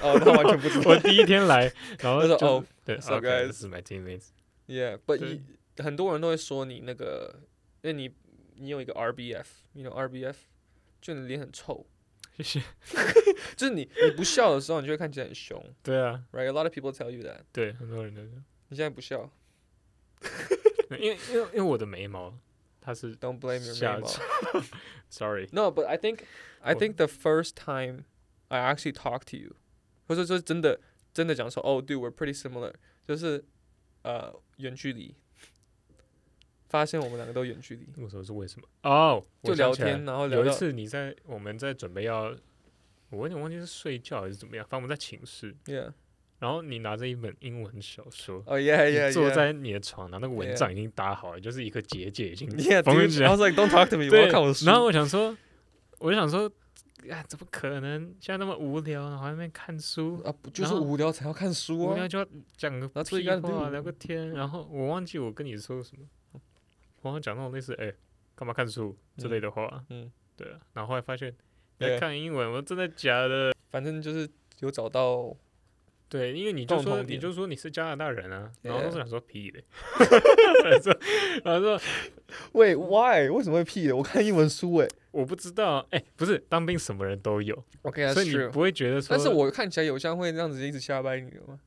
Speaker 2: 哦，他 *laughs* 完全不知
Speaker 1: *laughs* 我
Speaker 2: *laughs* 道
Speaker 1: 第一天来，然后
Speaker 2: 他说
Speaker 1: 就
Speaker 2: 哦
Speaker 1: 对
Speaker 2: so
Speaker 1: okay,
Speaker 2: guys.
Speaker 1: this is my teammates。
Speaker 2: ，Yeah，but
Speaker 1: 对
Speaker 2: you- 很多人都会说你那个，因为你你有一个 RBF，you know RBF，就你脸很臭，
Speaker 1: 谢谢。
Speaker 2: 就是你你不笑的时候，你就会看起来很凶
Speaker 1: 对啊，
Speaker 2: ，right？A lot of people tell you that。
Speaker 1: 对，很多人都这样
Speaker 2: 你现在不笑
Speaker 1: 因为因为因为我的眉毛，它是
Speaker 2: ，Don't blame your
Speaker 1: 下
Speaker 2: 眉毛。
Speaker 1: sorry，
Speaker 2: No, but I think I
Speaker 1: 我
Speaker 2: think the first time I actually talked to you，或者说真的真的讲说，哦、d u d e we're pretty similar，就是呃远距离，发现我们两个都远距离，
Speaker 1: 那个时候是为什么？哦，我
Speaker 2: 就
Speaker 1: 想
Speaker 2: 聊
Speaker 1: 起来
Speaker 2: 天，然后聊
Speaker 1: 有一
Speaker 2: 到
Speaker 1: 次你在我们在准备要，我有点忘记是睡觉还是怎么样，反正我们在寝室，
Speaker 2: ，Yeah，
Speaker 1: 然后你拿着一本英文小说。
Speaker 2: 哦、yeah
Speaker 1: 你
Speaker 2: yeah
Speaker 1: 坐
Speaker 2: yeah。
Speaker 1: 在你的床，然后那个
Speaker 2: Yeah.
Speaker 1: 蚊帐已经搭好了，就是一个结界已经
Speaker 2: Yeah,
Speaker 1: 封
Speaker 2: dude.
Speaker 1: 起
Speaker 2: I
Speaker 1: 来。
Speaker 2: was like, don't talk to me. 我
Speaker 1: 对
Speaker 2: 要看我的书。
Speaker 1: 然后我想说，我就想说，啊，怎么可能？现在那么无聊，然后在那边看
Speaker 2: *laughs*
Speaker 1: 书，
Speaker 2: 啊，不就是
Speaker 1: 然后
Speaker 2: 无聊才要看书
Speaker 1: 无
Speaker 2: 啊
Speaker 1: 聊。就要讲个
Speaker 2: That's what you
Speaker 1: 屁
Speaker 2: gotta
Speaker 1: 话，
Speaker 2: do
Speaker 1: 聊个天。然后我忘记我跟你说什么，我好像讲那种类似哎，干嘛看书之类的话。
Speaker 2: 嗯嗯
Speaker 1: 对啊。然后后来发现你
Speaker 2: 对
Speaker 1: 在看英文，我说真的假的？
Speaker 2: 反正就是有找到，
Speaker 1: 对，因为你就
Speaker 2: 共
Speaker 1: 说
Speaker 2: 同
Speaker 1: 你
Speaker 2: 点
Speaker 1: 就说你是加拿大人啊，然后
Speaker 2: Yeah
Speaker 1: 都是想说屁的， *laughs* 然后说
Speaker 2: 喂，why？为什么会屁的？我看英文书哎。
Speaker 1: 我不知道，哎，不是当兵什么人都有，
Speaker 2: OK，that's
Speaker 1: 所以你
Speaker 2: true。
Speaker 1: 不会觉得说，
Speaker 2: 但是我看起来有像会那样子一直瞎掰你的 *laughs* 吗？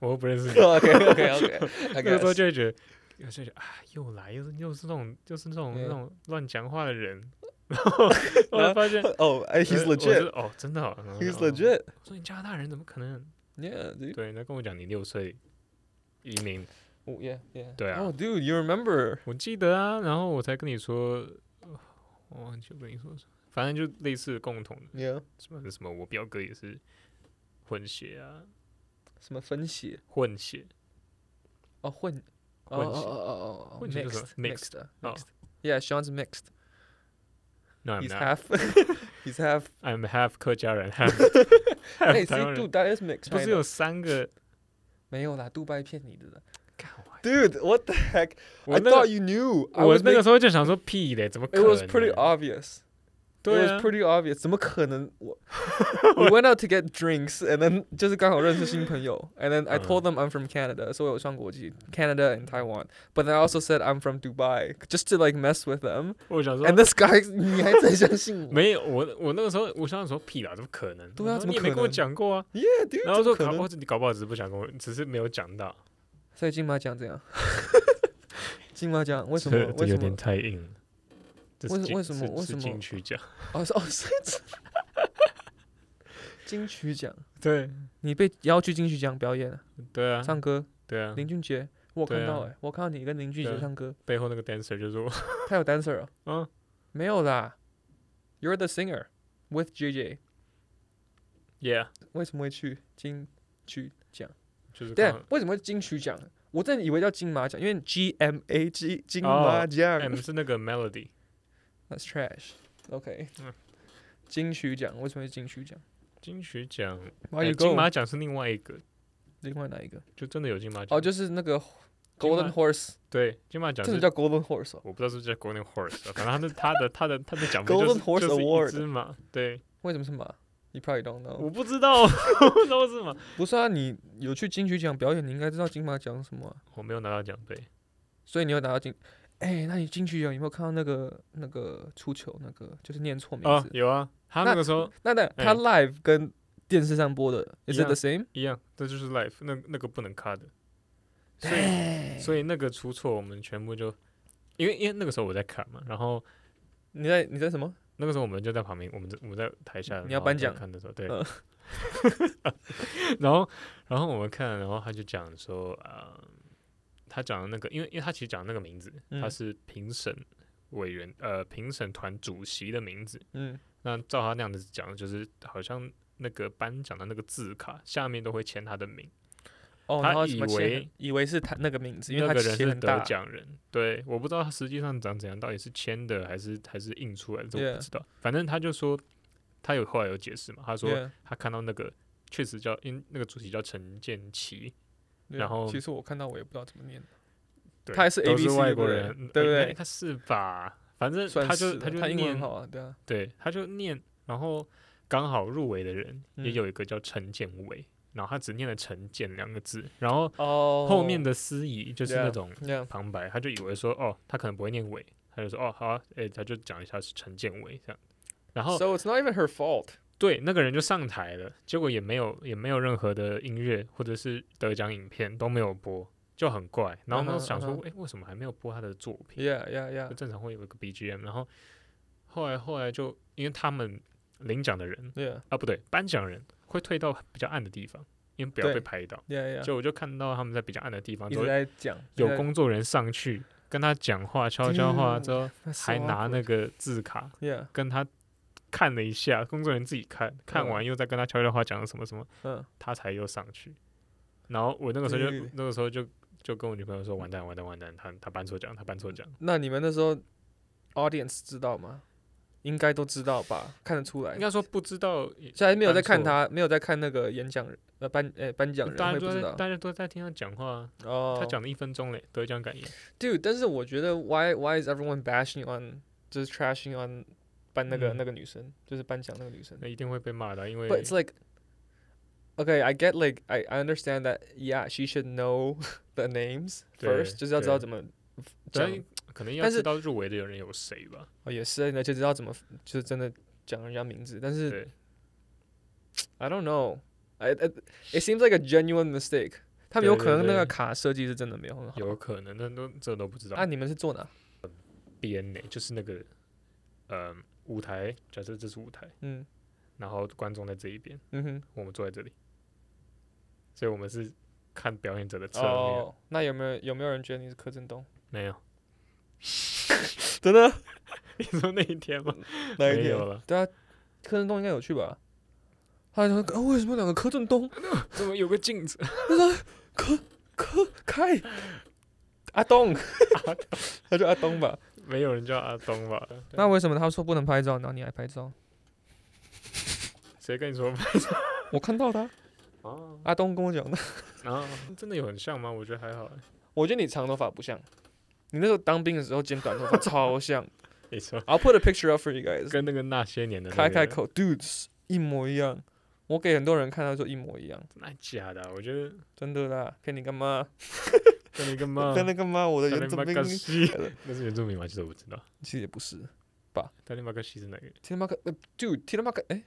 Speaker 1: 我又不认识你，
Speaker 2: OK OK *laughs* OK，
Speaker 1: *laughs* 那个时候就会觉得，有时候就觉得啊，又来，又是又是那种，又是那种那
Speaker 2: 嗯
Speaker 1: 种乱讲话的人， *laughs* 然
Speaker 2: *laughs*
Speaker 1: 后
Speaker 2: 然
Speaker 1: 然
Speaker 2: 后
Speaker 1: 后发现
Speaker 2: Oh, I-
Speaker 1: 我
Speaker 2: he's
Speaker 1: 就我就
Speaker 2: legit.
Speaker 1: 哦，真的、哦，
Speaker 2: He's
Speaker 1: 然后
Speaker 2: legit.
Speaker 1: 我说你加拿大人怎么可能？
Speaker 2: Yeah, dude.
Speaker 1: 对，他跟我讲你六岁移民，
Speaker 2: Oh, yeah, yeah.
Speaker 1: 对啊
Speaker 2: Oh, dude, you remember?
Speaker 1: 我记得啊，然后我才跟你说，呃我忘记我跟你说什么，反正就类似共同的
Speaker 2: Yeah.
Speaker 1: 什么什么，我表哥也是混血啊，
Speaker 2: 什么分血？
Speaker 1: 混血，
Speaker 2: 哦，混。哦
Speaker 1: 混
Speaker 2: 哦
Speaker 1: 血
Speaker 2: 哦哦哦哦
Speaker 1: 混血是什
Speaker 2: ，mixed
Speaker 1: 么
Speaker 2: mixed 啊
Speaker 1: 哦
Speaker 2: mixed. Yeah, Sean's mixed.
Speaker 1: No, I'm
Speaker 2: He's
Speaker 1: not. *laughs*
Speaker 2: half. *laughs* He's half.
Speaker 1: I'm half 客家人，half
Speaker 2: *laughs*
Speaker 1: half
Speaker 2: Hey,
Speaker 1: 台
Speaker 2: see,
Speaker 1: 湾人
Speaker 2: dude, that is mixed.
Speaker 1: 不是
Speaker 2: China.
Speaker 1: 有三个？
Speaker 2: 没有啦，杜拜骗你的啦。
Speaker 1: 干我
Speaker 2: Dude, what the heck?
Speaker 1: *laughs* 我
Speaker 2: I
Speaker 1: 那个
Speaker 2: thought you knew. I
Speaker 1: 我
Speaker 2: was
Speaker 1: 那个
Speaker 2: make-
Speaker 1: 时候就想说屁嘞，怎么可
Speaker 2: It
Speaker 1: 能
Speaker 2: was pretty obvious. It
Speaker 1: 对
Speaker 2: was
Speaker 1: 啊
Speaker 2: pretty obvious. 怎么可能？
Speaker 1: *laughs*
Speaker 2: 我 We went out to get drinks, and then 就是刚好认识新朋友，and
Speaker 1: Uh.
Speaker 2: then I told them I'm from Canada, so 我有上国际 Canada and Taiwan, but then I also said I'm from Dubai just to like mess with them.
Speaker 1: 我想说
Speaker 2: And this guy，你 *laughs* 还真相信
Speaker 1: *laughs*
Speaker 2: 我
Speaker 1: 没有，我我那个时候我想说屁啦，怎么可能？
Speaker 2: 对啊
Speaker 1: 我说
Speaker 2: 怎么
Speaker 1: 你也没
Speaker 2: 可
Speaker 1: 跟我
Speaker 2: 能
Speaker 1: 讲过
Speaker 2: *laughs*
Speaker 1: 啊？
Speaker 2: ？Yeah, dude.
Speaker 1: 然后说
Speaker 2: 怎
Speaker 1: 搞
Speaker 2: 么可
Speaker 1: 不
Speaker 2: 能
Speaker 1: 好你搞不好只是不想跟我，只是没有讲到，
Speaker 2: 所以金马奖这样， *laughs* 金马奖为什么
Speaker 1: 这？这
Speaker 2: 为
Speaker 1: 有
Speaker 2: 什
Speaker 1: 点
Speaker 2: 么？
Speaker 1: 太硬了。这是
Speaker 2: 为
Speaker 1: 金
Speaker 2: 为什么
Speaker 1: 是
Speaker 2: 为
Speaker 1: 是
Speaker 2: 什么
Speaker 1: 金曲
Speaker 2: *laughs*
Speaker 1: 奖？
Speaker 2: 哦
Speaker 1: *laughs*
Speaker 2: 是哦是这金曲奖，
Speaker 1: 对
Speaker 2: 你被邀去金曲奖表演
Speaker 1: 对啊，
Speaker 2: 唱歌，
Speaker 1: 对啊，
Speaker 2: 林俊杰，我有看
Speaker 1: 对啊
Speaker 2: 到哎，我看到你跟林俊
Speaker 1: 对
Speaker 2: 杰
Speaker 1: 啊
Speaker 2: 唱歌，
Speaker 1: 背后那个 dancer 就是 *laughs* 我，
Speaker 2: 他有 dancer 哦。
Speaker 1: 嗯，
Speaker 2: 没有啦，You're the singer with JJ，
Speaker 1: Yeah，
Speaker 2: 为什么会去金曲奖？
Speaker 1: 就是
Speaker 2: 对
Speaker 1: 刚
Speaker 2: 啊，为什么会金曲奖？我真的以为叫金马奖，因为 GMA 金金
Speaker 1: 哦
Speaker 2: 马奖、
Speaker 1: 刚 M 是那个 melody，
Speaker 2: That's trash。OK，、
Speaker 1: 嗯
Speaker 2: 金曲奖为什么是金曲奖
Speaker 1: 金曲奖，
Speaker 2: ？Why
Speaker 1: 哎
Speaker 2: you
Speaker 1: 金
Speaker 2: go？
Speaker 1: 马奖是另外一个，
Speaker 2: 另外哪一个？
Speaker 1: 就真的有金马奖
Speaker 2: 哦，就是那个
Speaker 1: 马
Speaker 2: Golden Horse，
Speaker 1: 对金马奖
Speaker 2: 真
Speaker 1: 是
Speaker 2: 的叫 Golden Horse 哦？
Speaker 1: 我不知道是不是叫 Golden Horse，啊反正他的他的他的他的奖杯
Speaker 2: Golden
Speaker 1: 就是
Speaker 2: Horse
Speaker 1: 就是一
Speaker 2: Award 哦
Speaker 1: 只马，对，
Speaker 2: 为什么是马？You probably don't know。
Speaker 1: 我不知道，我 *laughs* 不知道是马，
Speaker 2: 不是啊，你有去金曲奖表演，你应该知道金马奖是什么啊、
Speaker 1: 我没有拿到奖杯，
Speaker 2: 所以你有拿到金。哎、那你金曲奖有没有看到那个那个出糗那个，就是念错名
Speaker 1: 啊
Speaker 2: 字？，
Speaker 1: 有啊，他
Speaker 2: 那
Speaker 1: 那个时候
Speaker 2: 那那他
Speaker 1: 哎
Speaker 2: live 跟电视上播的
Speaker 1: 一
Speaker 2: ，is it
Speaker 1: 样
Speaker 2: the same？
Speaker 1: 一样，这就是 life，那那个不能卡的，所以所以那个出错，我们全部就因为因为那个时候我在看嘛，然后
Speaker 2: 你在你在什么？
Speaker 1: 那个时候我们就在旁边，我们在我们在台下，
Speaker 2: 嗯你
Speaker 1: 然
Speaker 2: 要
Speaker 1: 后
Speaker 2: 颁
Speaker 1: 在
Speaker 2: 奖
Speaker 1: 看的时候，对
Speaker 2: 嗯，
Speaker 1: *laughs* 然后然后我们看，然后他就讲说，呃，他讲的那个，因为因为他其实讲那个名字，
Speaker 2: 嗯
Speaker 1: 他是评审委员，呃，评审团主席的名字。
Speaker 2: 嗯，
Speaker 1: 那照他那样子讲，就是好像那个颁奖的那个字卡下面都会签他的名，
Speaker 2: 哦，
Speaker 1: 他
Speaker 2: 然后什么
Speaker 1: 以
Speaker 2: 签
Speaker 1: 为
Speaker 2: 很以为是他那个名字，因为
Speaker 1: 那
Speaker 2: 他
Speaker 1: 个人
Speaker 2: 写
Speaker 1: 是
Speaker 2: 很大
Speaker 1: 得，奖人，对，我不知道他实际上长怎样，到底是签的还是还是印出来的，这我
Speaker 2: Yeah
Speaker 1: 不知道。反正他就说，他有后来有解释嘛，他说
Speaker 2: Yeah，
Speaker 1: 他看到那个确实叫，因那个主席叫陈建奇，
Speaker 2: 对啊
Speaker 1: 然后
Speaker 2: 其实我看到我也不知道怎么念，
Speaker 1: 对
Speaker 2: 他还是
Speaker 1: 都是
Speaker 2: ABC
Speaker 1: 外
Speaker 2: 对不
Speaker 1: 国
Speaker 2: 对
Speaker 1: 人，
Speaker 2: 对不
Speaker 1: 呃
Speaker 2: 对
Speaker 1: 应该是吧？反正
Speaker 2: 算
Speaker 1: 他就是他
Speaker 2: 他
Speaker 1: 就
Speaker 2: 英文很
Speaker 1: 念，
Speaker 2: 好啊，对啊，
Speaker 1: 对，他就念，然后刚好入围的人也
Speaker 2: 嗯
Speaker 1: 有一个叫陈建伟，然后他只念了陈建两个字，然后
Speaker 2: 哦，
Speaker 1: 后面的司仪就是那
Speaker 2: Yeah
Speaker 1: 种
Speaker 2: 这样，
Speaker 1: 旁白，他就以为说哦，他可能不会念伟，他就说哦好、啊，诶、他就讲一下是陈建伟这样。然后
Speaker 2: so it's not even her fault，
Speaker 1: 对那个人就上台了，结果也没有也没有任何的音乐或者是得奖影片都没有播，就很怪。然后我
Speaker 2: 嗯
Speaker 1: 们
Speaker 2: 哼
Speaker 1: 想说，
Speaker 2: 嗯
Speaker 1: 诶、为什么还没有播他的作品？
Speaker 2: yeah yeah
Speaker 1: 就
Speaker 2: yeah
Speaker 1: 正常会有一个 BGM。然后后来后来就因为他们领奖的人
Speaker 2: yeah
Speaker 1: 啊不对，颁奖人会退到比较暗的地方，因为不要
Speaker 2: 对
Speaker 1: 被拍到。
Speaker 2: yeah yeah，
Speaker 1: 就我就看到他们在比较暗的地方，
Speaker 2: 一
Speaker 1: 都
Speaker 2: 直在讲
Speaker 1: 有工作人员上去跟他讲话，悄悄话之后，还拿那
Speaker 2: 个
Speaker 1: 个字卡
Speaker 2: yeah
Speaker 1: 跟他看了一下，工作人员自己看看完，又再跟他悄悄话讲了什么什么，
Speaker 2: 嗯
Speaker 1: 他才又上去。然后我那个时候就
Speaker 2: 对
Speaker 1: 那个时候就就跟我女朋友说，完蛋完蛋完蛋，他他颁错奖，他颁错奖。
Speaker 2: 那你们那时候 audience 知道吗？应该都知道吧，看得出来。
Speaker 1: 应该说不知道，
Speaker 2: 虽然没有在看
Speaker 1: 当
Speaker 2: 他，没有在看那个演讲人，呃颁呃颁奖人，
Speaker 1: 大家
Speaker 2: 我也
Speaker 1: 都
Speaker 2: 不知
Speaker 1: 在
Speaker 2: 道。
Speaker 1: 大家都在听他讲话啊，
Speaker 2: 哦，
Speaker 1: 他讲了一分钟嘞，得奖感言。
Speaker 2: ，dude，但是我觉得 why why is everyone bashing on 就是 trashing on 颁那个、
Speaker 1: 嗯
Speaker 2: 那个女生，就是颁奖那个女生。
Speaker 1: 那一定会被骂的啊，因为
Speaker 2: But it's like, okay, I get like I I understand that yeah she should know *laughs* the names
Speaker 1: 对
Speaker 2: first，就是要知道
Speaker 1: 对
Speaker 2: 怎么讲
Speaker 1: 但可能要
Speaker 2: 但是
Speaker 1: 知道入围的人有谁吧。
Speaker 2: 哦，也是，而且知道怎么就是真的讲人家名字，但是
Speaker 1: 对
Speaker 2: I don't know. I, I, it seems like a genuine mistake. 他们有
Speaker 1: 对
Speaker 2: 可
Speaker 1: 对
Speaker 2: 能那
Speaker 1: 对
Speaker 2: 个卡设计是真的没有很好。
Speaker 1: 有可能，但都这都不知道。
Speaker 2: 啊，你们是做哪？
Speaker 1: 边呢，就是那个呃舞台，假设这是舞台，
Speaker 2: 嗯
Speaker 1: 然后观众在这一边，
Speaker 2: 嗯哼。
Speaker 1: 我们坐在这里，所以我们是看表演者的侧面，
Speaker 2: 哦，那有没有有没有人觉得你是柯震东？
Speaker 1: 没有。
Speaker 2: *laughs*
Speaker 1: *laughs*
Speaker 2: 真的？
Speaker 1: 你说那一天吗？
Speaker 2: 哪一
Speaker 1: 没
Speaker 2: 天
Speaker 1: 有了？
Speaker 2: 对啊，柯震东应该有去吧？他就说、哦、为什么两个柯震东？
Speaker 1: 怎么有个镜子？
Speaker 2: 柯开阿东， *laughs* 他就阿东吧？
Speaker 1: *laughs* 没有人叫阿东吧？啊
Speaker 2: 那为什么他说不能拍照，然后你还拍照？
Speaker 1: 谁跟你说？
Speaker 2: 我看到他，
Speaker 1: *laughs* 哦，
Speaker 2: 阿东跟我讲的。
Speaker 1: 然后啊真的有很像吗？我觉得还好欸。
Speaker 2: 我觉得你长头发不像，你那时候当兵的时候剪短头发超像。
Speaker 1: 你
Speaker 2: *laughs*
Speaker 1: 说
Speaker 2: I'll put a picture up for you guys。
Speaker 1: 跟那个那些年的那
Speaker 2: 开开
Speaker 1: 个
Speaker 2: 口，dudes 一模一样。我给很多人看到说一模一样，
Speaker 1: 真的假的啊？我觉得
Speaker 2: 真的啦，骗你干嘛？
Speaker 1: 跟那个
Speaker 2: *laughs*
Speaker 1: 嘛，
Speaker 2: 骗你干嘛？我的
Speaker 1: 达
Speaker 2: 原
Speaker 1: 利
Speaker 2: 住
Speaker 1: 马
Speaker 2: 民
Speaker 1: 克西
Speaker 2: *laughs* 来了，
Speaker 1: 那是原住民吗？其实我不知道。
Speaker 2: 其实也不是。
Speaker 1: 达利马克西是哪个人？
Speaker 2: 天马克，呃，dude，天马克，哎，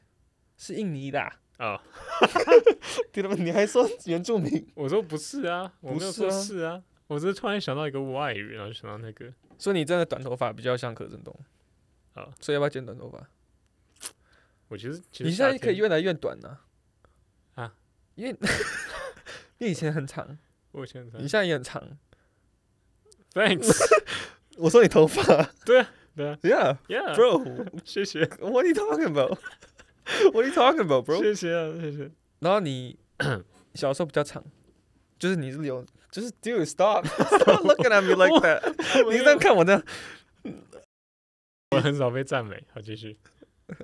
Speaker 2: 是印尼的 *laughs* 啊。
Speaker 1: 哦，
Speaker 2: 天马克，你还说原住民？
Speaker 1: 我说不是啊，我
Speaker 2: 不
Speaker 1: 没有
Speaker 2: 是
Speaker 1: 说
Speaker 2: 啊
Speaker 1: 是啊，我只是突然想到一个外语，然后就想到那个
Speaker 2: 所以你真的短头发比较像柯震东
Speaker 1: 啊
Speaker 2: 所以要不要剪短头发？
Speaker 1: 我其实其实
Speaker 2: 你现在
Speaker 1: 夏
Speaker 2: 可以
Speaker 1: 天
Speaker 2: 越来越短呢、
Speaker 1: 啊，
Speaker 2: 因为 *laughs* 因为以前很长，
Speaker 1: 我现在
Speaker 2: 你现在也很长。
Speaker 1: thanks
Speaker 2: 我说你头发
Speaker 1: 对啊
Speaker 2: *laughs* ，Yeah。
Speaker 1: yeah，
Speaker 2: Bro,
Speaker 1: 谢谢
Speaker 2: what are you talking about? *laughs* What are you talking about, bro?
Speaker 1: 谢谢啊谢谢，
Speaker 2: 然后你 *coughs* 小时候比较长，就是你是留，就是 dude stop *laughs* stop looking at me like that 。你这样看我这样，
Speaker 1: 我很少被赞美，好继续，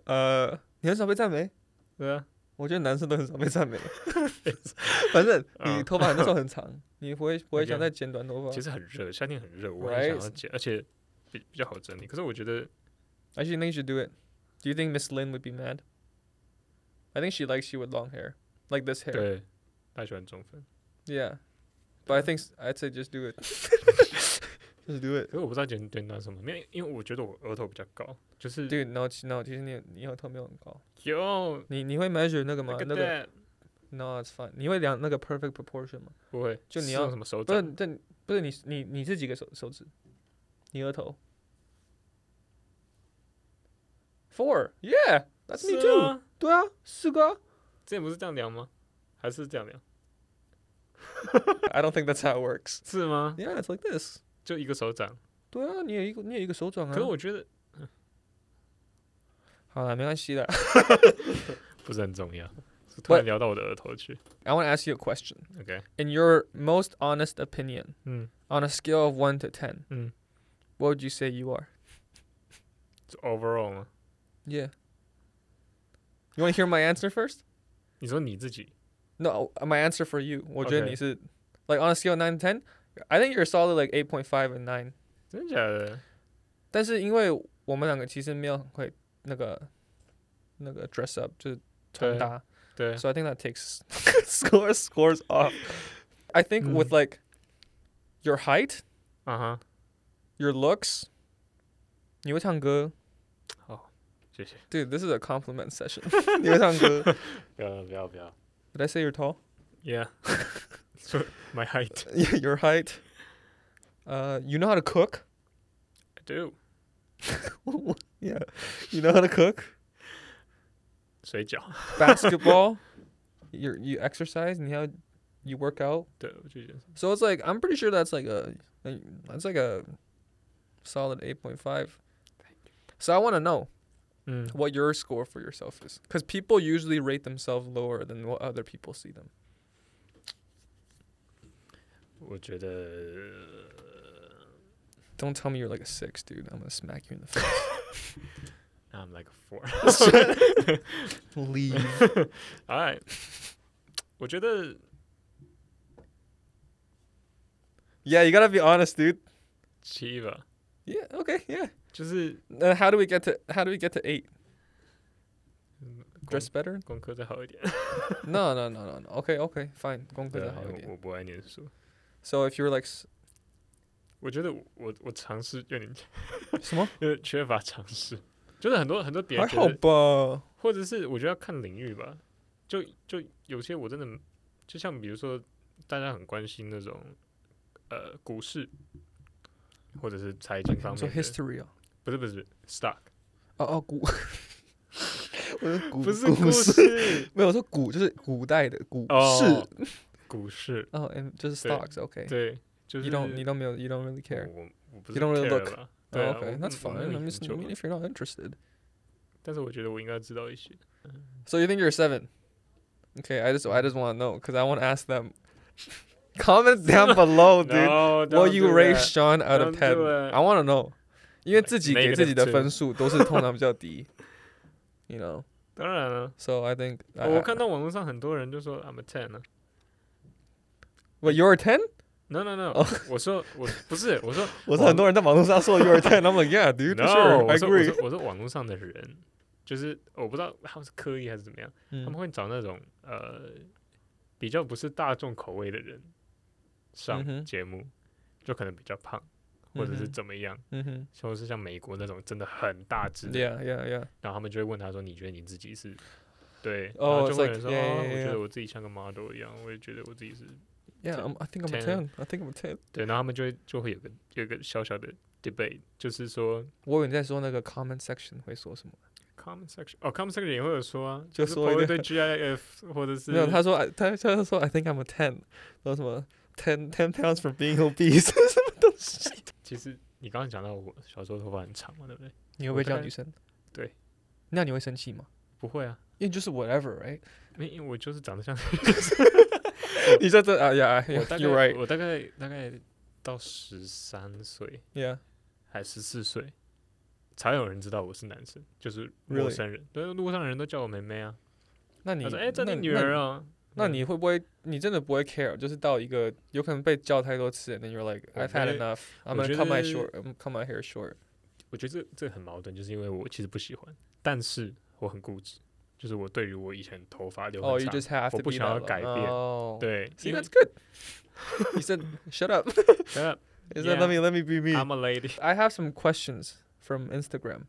Speaker 2: 呃，你很少被赞美，
Speaker 1: 对啊，
Speaker 2: 我觉得男生都很少被赞美。 *laughs* 反正你
Speaker 1: 嗯
Speaker 2: 头发那时候很长，你不会不会想
Speaker 1: Okay
Speaker 2: 再剪短头发
Speaker 1: 其，实很热，夏天很热，我很想
Speaker 2: Right
Speaker 1: 要剪，而且比比较好整理，可是我觉得
Speaker 2: Actually, I think you should do it. Do you think Miss Lin would be mad? I think she likes you with long hair, like this hair.
Speaker 1: 对，大家喜欢中分，
Speaker 2: Yeah, but I think s- I'd say just do it. *laughs* just do it,
Speaker 1: 可是我不知道剪短短什么，没有，因为我觉得我额头比较高，就是
Speaker 2: dude. No, 其 no，其实你你额头没有很高。
Speaker 1: 有
Speaker 2: 你你会 measure 那个吗？
Speaker 1: look
Speaker 2: 那
Speaker 1: at
Speaker 2: 个
Speaker 1: that
Speaker 2: No, it's fine. 你会量那个 perfect proportion 吗？
Speaker 1: 不会，
Speaker 2: 就你
Speaker 1: 是
Speaker 2: 要
Speaker 1: 用什么手
Speaker 2: 不是
Speaker 1: 掌，
Speaker 2: 但不是你你你是几个手手指？你额头。Four, yeah, that's me
Speaker 1: 是
Speaker 2: too.
Speaker 1: 吗
Speaker 2: 对啊，四个啊。
Speaker 1: 之前不是这样量吗？还是这样量？
Speaker 2: I don't think that's how it works.
Speaker 1: 是吗？
Speaker 2: Yeah, it's like this.
Speaker 1: 就一个手掌。
Speaker 2: 对啊，你有一个，你有一个手掌啊。
Speaker 1: 可是我觉得
Speaker 2: 好了，没关系的。
Speaker 1: 不是很重要，是突然聊到我的额头去。
Speaker 2: I want to ask you a question.
Speaker 1: OK，
Speaker 2: In your most honest opinion,
Speaker 1: 嗯
Speaker 2: on a scale of one to ten,
Speaker 1: 嗯
Speaker 2: what would you say you are?
Speaker 1: 就，overall 吗？
Speaker 2: Yeah. You want to hear my answer first?
Speaker 1: 你说你自己
Speaker 2: No, uh, my answer for you.
Speaker 1: Okay.
Speaker 2: 我觉得你是 like on a scale of nine to ten, I think you're a solid like eight point five and nine.
Speaker 1: 真的假的？
Speaker 2: 但是因为我们两个其实没有很会那个那个 dress up
Speaker 1: 对
Speaker 2: 就是穿搭，
Speaker 1: 对
Speaker 2: so I think that takes *laughs* scores scores off. I think with like your height,
Speaker 1: 啊哈，
Speaker 2: your looks, 你会唱歌。
Speaker 1: 谢谢。
Speaker 2: Dude, this is a compliment session. *laughs* 你会唱歌。
Speaker 1: 不要不要不要。
Speaker 2: Did I say you're tall?
Speaker 1: Yeah，So, my height. *laughs*
Speaker 2: *laughs* Yeah, your height. Uh, you know how to cook.
Speaker 1: I do.
Speaker 2: *laughs* yeah, *laughs* you know how to cook.
Speaker 1: 水饺。
Speaker 2: *laughs* Basketball. you you exercise and you have, you work out.
Speaker 1: 对，我就觉得
Speaker 2: So it's like I'm pretty sure that's like a, a that's like a solid eight point five. So I want to know
Speaker 1: 嗯，
Speaker 2: what your score for yourself is, because people usually rate themselves lower than what other people see them.
Speaker 1: 我觉得
Speaker 2: Don't tell me you're like a six, dude. I'm gonna smack you in the face.
Speaker 1: I'm like a four.
Speaker 2: Leave.
Speaker 1: *laughs* All right，我觉得
Speaker 2: Yeah, you gotta be honest, dude.
Speaker 1: 七吧，
Speaker 2: Yeah. Okay. Yeah.
Speaker 1: 就是、
Speaker 2: Uh, how do we get to how do we get to eight?
Speaker 1: 嗯、功
Speaker 2: Dress *laughs* better?
Speaker 1: 功课再好一点。
Speaker 2: no, no, no, no, no. Okay, okay,
Speaker 1: 对
Speaker 2: fine.
Speaker 1: 啊，
Speaker 2: 功课再好一点。
Speaker 1: 我我不爱念书。
Speaker 2: So if you were like *laughs* s-
Speaker 1: 我觉得我我我尝试有点
Speaker 2: 什么？
Speaker 1: 有点缺乏尝试，就是很多很多别人觉得
Speaker 2: 还好吧。
Speaker 1: 或者是我觉得要看领域吧，就就有些我真的，就像比如说大家很关心那种呃股市，或者是财经方
Speaker 2: So
Speaker 1: 面的，
Speaker 2: history oh. Ah,
Speaker 1: 不是不是 stock，
Speaker 2: *laughs* 哦哦股，我说股
Speaker 1: 不是股
Speaker 2: *laughs*
Speaker 1: 市哦 Oh.
Speaker 2: 没有，我说股就是古代的股市。
Speaker 1: 股市，
Speaker 2: Oh, and just
Speaker 1: 对。
Speaker 2: stocks. Okay.
Speaker 1: 对，就是
Speaker 2: You don't, you don't, you don't really care.
Speaker 1: 我我不
Speaker 2: You
Speaker 1: 是
Speaker 2: don't really
Speaker 1: care
Speaker 2: look
Speaker 1: 吧
Speaker 2: Oh,
Speaker 1: 对啊我
Speaker 2: okay, that's
Speaker 1: 我没
Speaker 2: fine.
Speaker 1: 有
Speaker 2: I'm
Speaker 1: 研
Speaker 2: just, I
Speaker 1: 究
Speaker 2: mean,
Speaker 1: 吧
Speaker 2: if you're not interested.
Speaker 1: 但是我觉得我应该知道一些，
Speaker 2: So you think you're a seven? Okay, I just, I just want to know because I want to ask them. *laughs* Comments down below, 哦 dude.
Speaker 1: No,
Speaker 2: Well,
Speaker 1: don't
Speaker 2: you
Speaker 1: do
Speaker 2: rate
Speaker 1: that.
Speaker 2: Sean out of
Speaker 1: Don't
Speaker 2: ten.
Speaker 1: do it.
Speaker 2: I want to know，因为自己给
Speaker 1: negative
Speaker 2: 自己的
Speaker 1: two.
Speaker 2: 分数
Speaker 1: *laughs*
Speaker 2: 都是通常比较低，you know.
Speaker 1: 当然了，
Speaker 2: So I think
Speaker 1: 我看到网络上很多人就说 I'm a ten 啊。
Speaker 2: ，But you're ten？
Speaker 1: No no no，、
Speaker 2: 哦
Speaker 1: 我说我不是我说
Speaker 2: 我是很多人在网络上说 *laughs* you're ten，I'm like yeah, dude,
Speaker 1: no，
Speaker 2: sure,
Speaker 1: 我
Speaker 2: I
Speaker 1: 说我
Speaker 2: *laughs* agree
Speaker 1: 说。我说网络上的人，就是我不知道他们是刻意还是怎么样，他们
Speaker 2: 嗯
Speaker 1: 会找那种呃比较不是大众口味的人
Speaker 2: 嗯
Speaker 1: 上
Speaker 2: 哼
Speaker 1: 节目，就可能比较胖或者是
Speaker 2: 嗯哼
Speaker 1: 怎么样，
Speaker 2: 嗯哼
Speaker 1: 或者是像美国那种真的很大只的
Speaker 2: mm-hmm, ，Yeah, yeah, yeah.
Speaker 1: 然后他们就会问他说：“你觉得你自己是？”对，然
Speaker 2: 哦
Speaker 1: 后就
Speaker 2: it's
Speaker 1: 会有人
Speaker 2: like-
Speaker 1: 说：“
Speaker 2: yeah,
Speaker 1: 哦，
Speaker 2: yeah,
Speaker 1: 我觉
Speaker 2: yeah.
Speaker 1: 得我自己像个 model 一样，我也觉得我自己是
Speaker 2: Yeah, I'm, I think I'm a ten.
Speaker 1: Ten.
Speaker 2: I think I'm a ten.
Speaker 1: 对。”然后他们就会就会有个有个小小的 debate，就是说
Speaker 2: 我以为你在说那个 comment section 会说什么？
Speaker 1: comment section 哦，comment section 也会有说啊，
Speaker 2: 就是说一
Speaker 1: po 一
Speaker 2: 个
Speaker 1: 堆 GIF 或者是
Speaker 2: 没有，他说，I- 他他说 I think I'm a ten，说什么 ten ten pounds for being obese，什 *laughs* 么东西？
Speaker 1: *laughs* 其实你刚刚讲到我小时候头发很长嘛，对不对？
Speaker 2: 你会不会
Speaker 1: 我大
Speaker 2: 叫
Speaker 1: 概
Speaker 2: 女生？
Speaker 1: 对，
Speaker 2: 那你会生气吗？
Speaker 1: 不会啊，
Speaker 2: 因为就是 whatever，right？
Speaker 1: 因为因为我就是长得
Speaker 2: *laughs*
Speaker 1: 像
Speaker 2: 你在这啊呀
Speaker 1: 我大概
Speaker 2: ，you're right，
Speaker 1: 我大概大概到十三岁
Speaker 2: yeah，
Speaker 1: 还十四岁才有人知道我是男生，就是陌
Speaker 2: Really？
Speaker 1: 生人对，路上的人都叫我妹妹啊，
Speaker 2: 那你
Speaker 1: 他说：“哎，这
Speaker 2: 那
Speaker 1: 你女儿
Speaker 2: 啊？
Speaker 1: 啊？”
Speaker 2: 那
Speaker 1: 嗯
Speaker 2: 你会不会，你真的不会 care？就是到一个有可能被叫太多次，and then you're like
Speaker 1: 我
Speaker 2: I've
Speaker 1: 觉
Speaker 2: had
Speaker 1: 得
Speaker 2: enough. I'm
Speaker 1: 我
Speaker 2: gonna
Speaker 1: 觉
Speaker 2: cut my
Speaker 1: 得
Speaker 2: short, I'm cut my hair short.
Speaker 1: 我觉得这这很矛盾，就是因为我其实不喜欢，但是我很固执，就是我对于我以前头发留
Speaker 2: Oh,
Speaker 1: 很
Speaker 2: you
Speaker 1: 长
Speaker 2: just have
Speaker 1: 我
Speaker 2: to
Speaker 1: 不
Speaker 2: be
Speaker 1: 想
Speaker 2: that
Speaker 1: 要改
Speaker 2: low.
Speaker 1: 变
Speaker 2: Oh,
Speaker 1: 对，
Speaker 2: See,
Speaker 1: 因为
Speaker 2: that's good. *laughs* He said, "Shut up." *laughs*
Speaker 1: Shut up,
Speaker 2: He said, "Let
Speaker 1: Yeah.
Speaker 2: me, let me be me."
Speaker 1: I'm a lady.
Speaker 2: I have some questions from Instagram.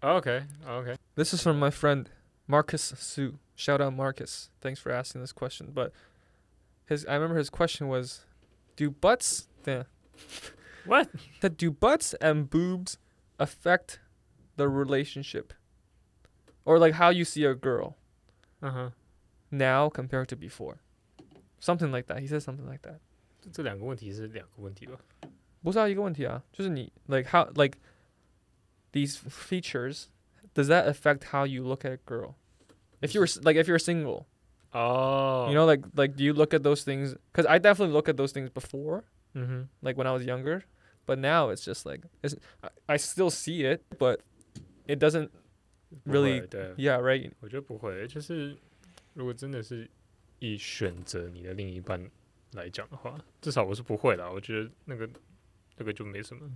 Speaker 1: OK OK，
Speaker 2: This is from my friend Marcus Sue. Shout out Marcus. Thanks for asking this question. But his I remember his question was, "Do butts?" Yeah.
Speaker 1: What?
Speaker 2: that do butts and boobs affect the relationship or like how you see a girl
Speaker 1: 嗯哼，
Speaker 2: now compared to before something like that he said something like that
Speaker 1: 这这两个问题是两个问题吧？
Speaker 2: 不是啊，一个问题啊，就是你 like how like these features does that affect how you look at a girl if you were s- like if you're single
Speaker 1: 哦，
Speaker 2: you know like like do you look at those things because i definitely look at those things before
Speaker 1: 嗯哼，
Speaker 2: like when I was younger. But now it's just like it's, I, I still see it, but it doesn't.
Speaker 1: 不
Speaker 2: Really-
Speaker 1: 会对，
Speaker 2: Yeah, right.
Speaker 1: 我觉得不会，就是如果真的是以选择你的另一半来讲的话，至少我是不会啦。我觉得那个那个就没什么。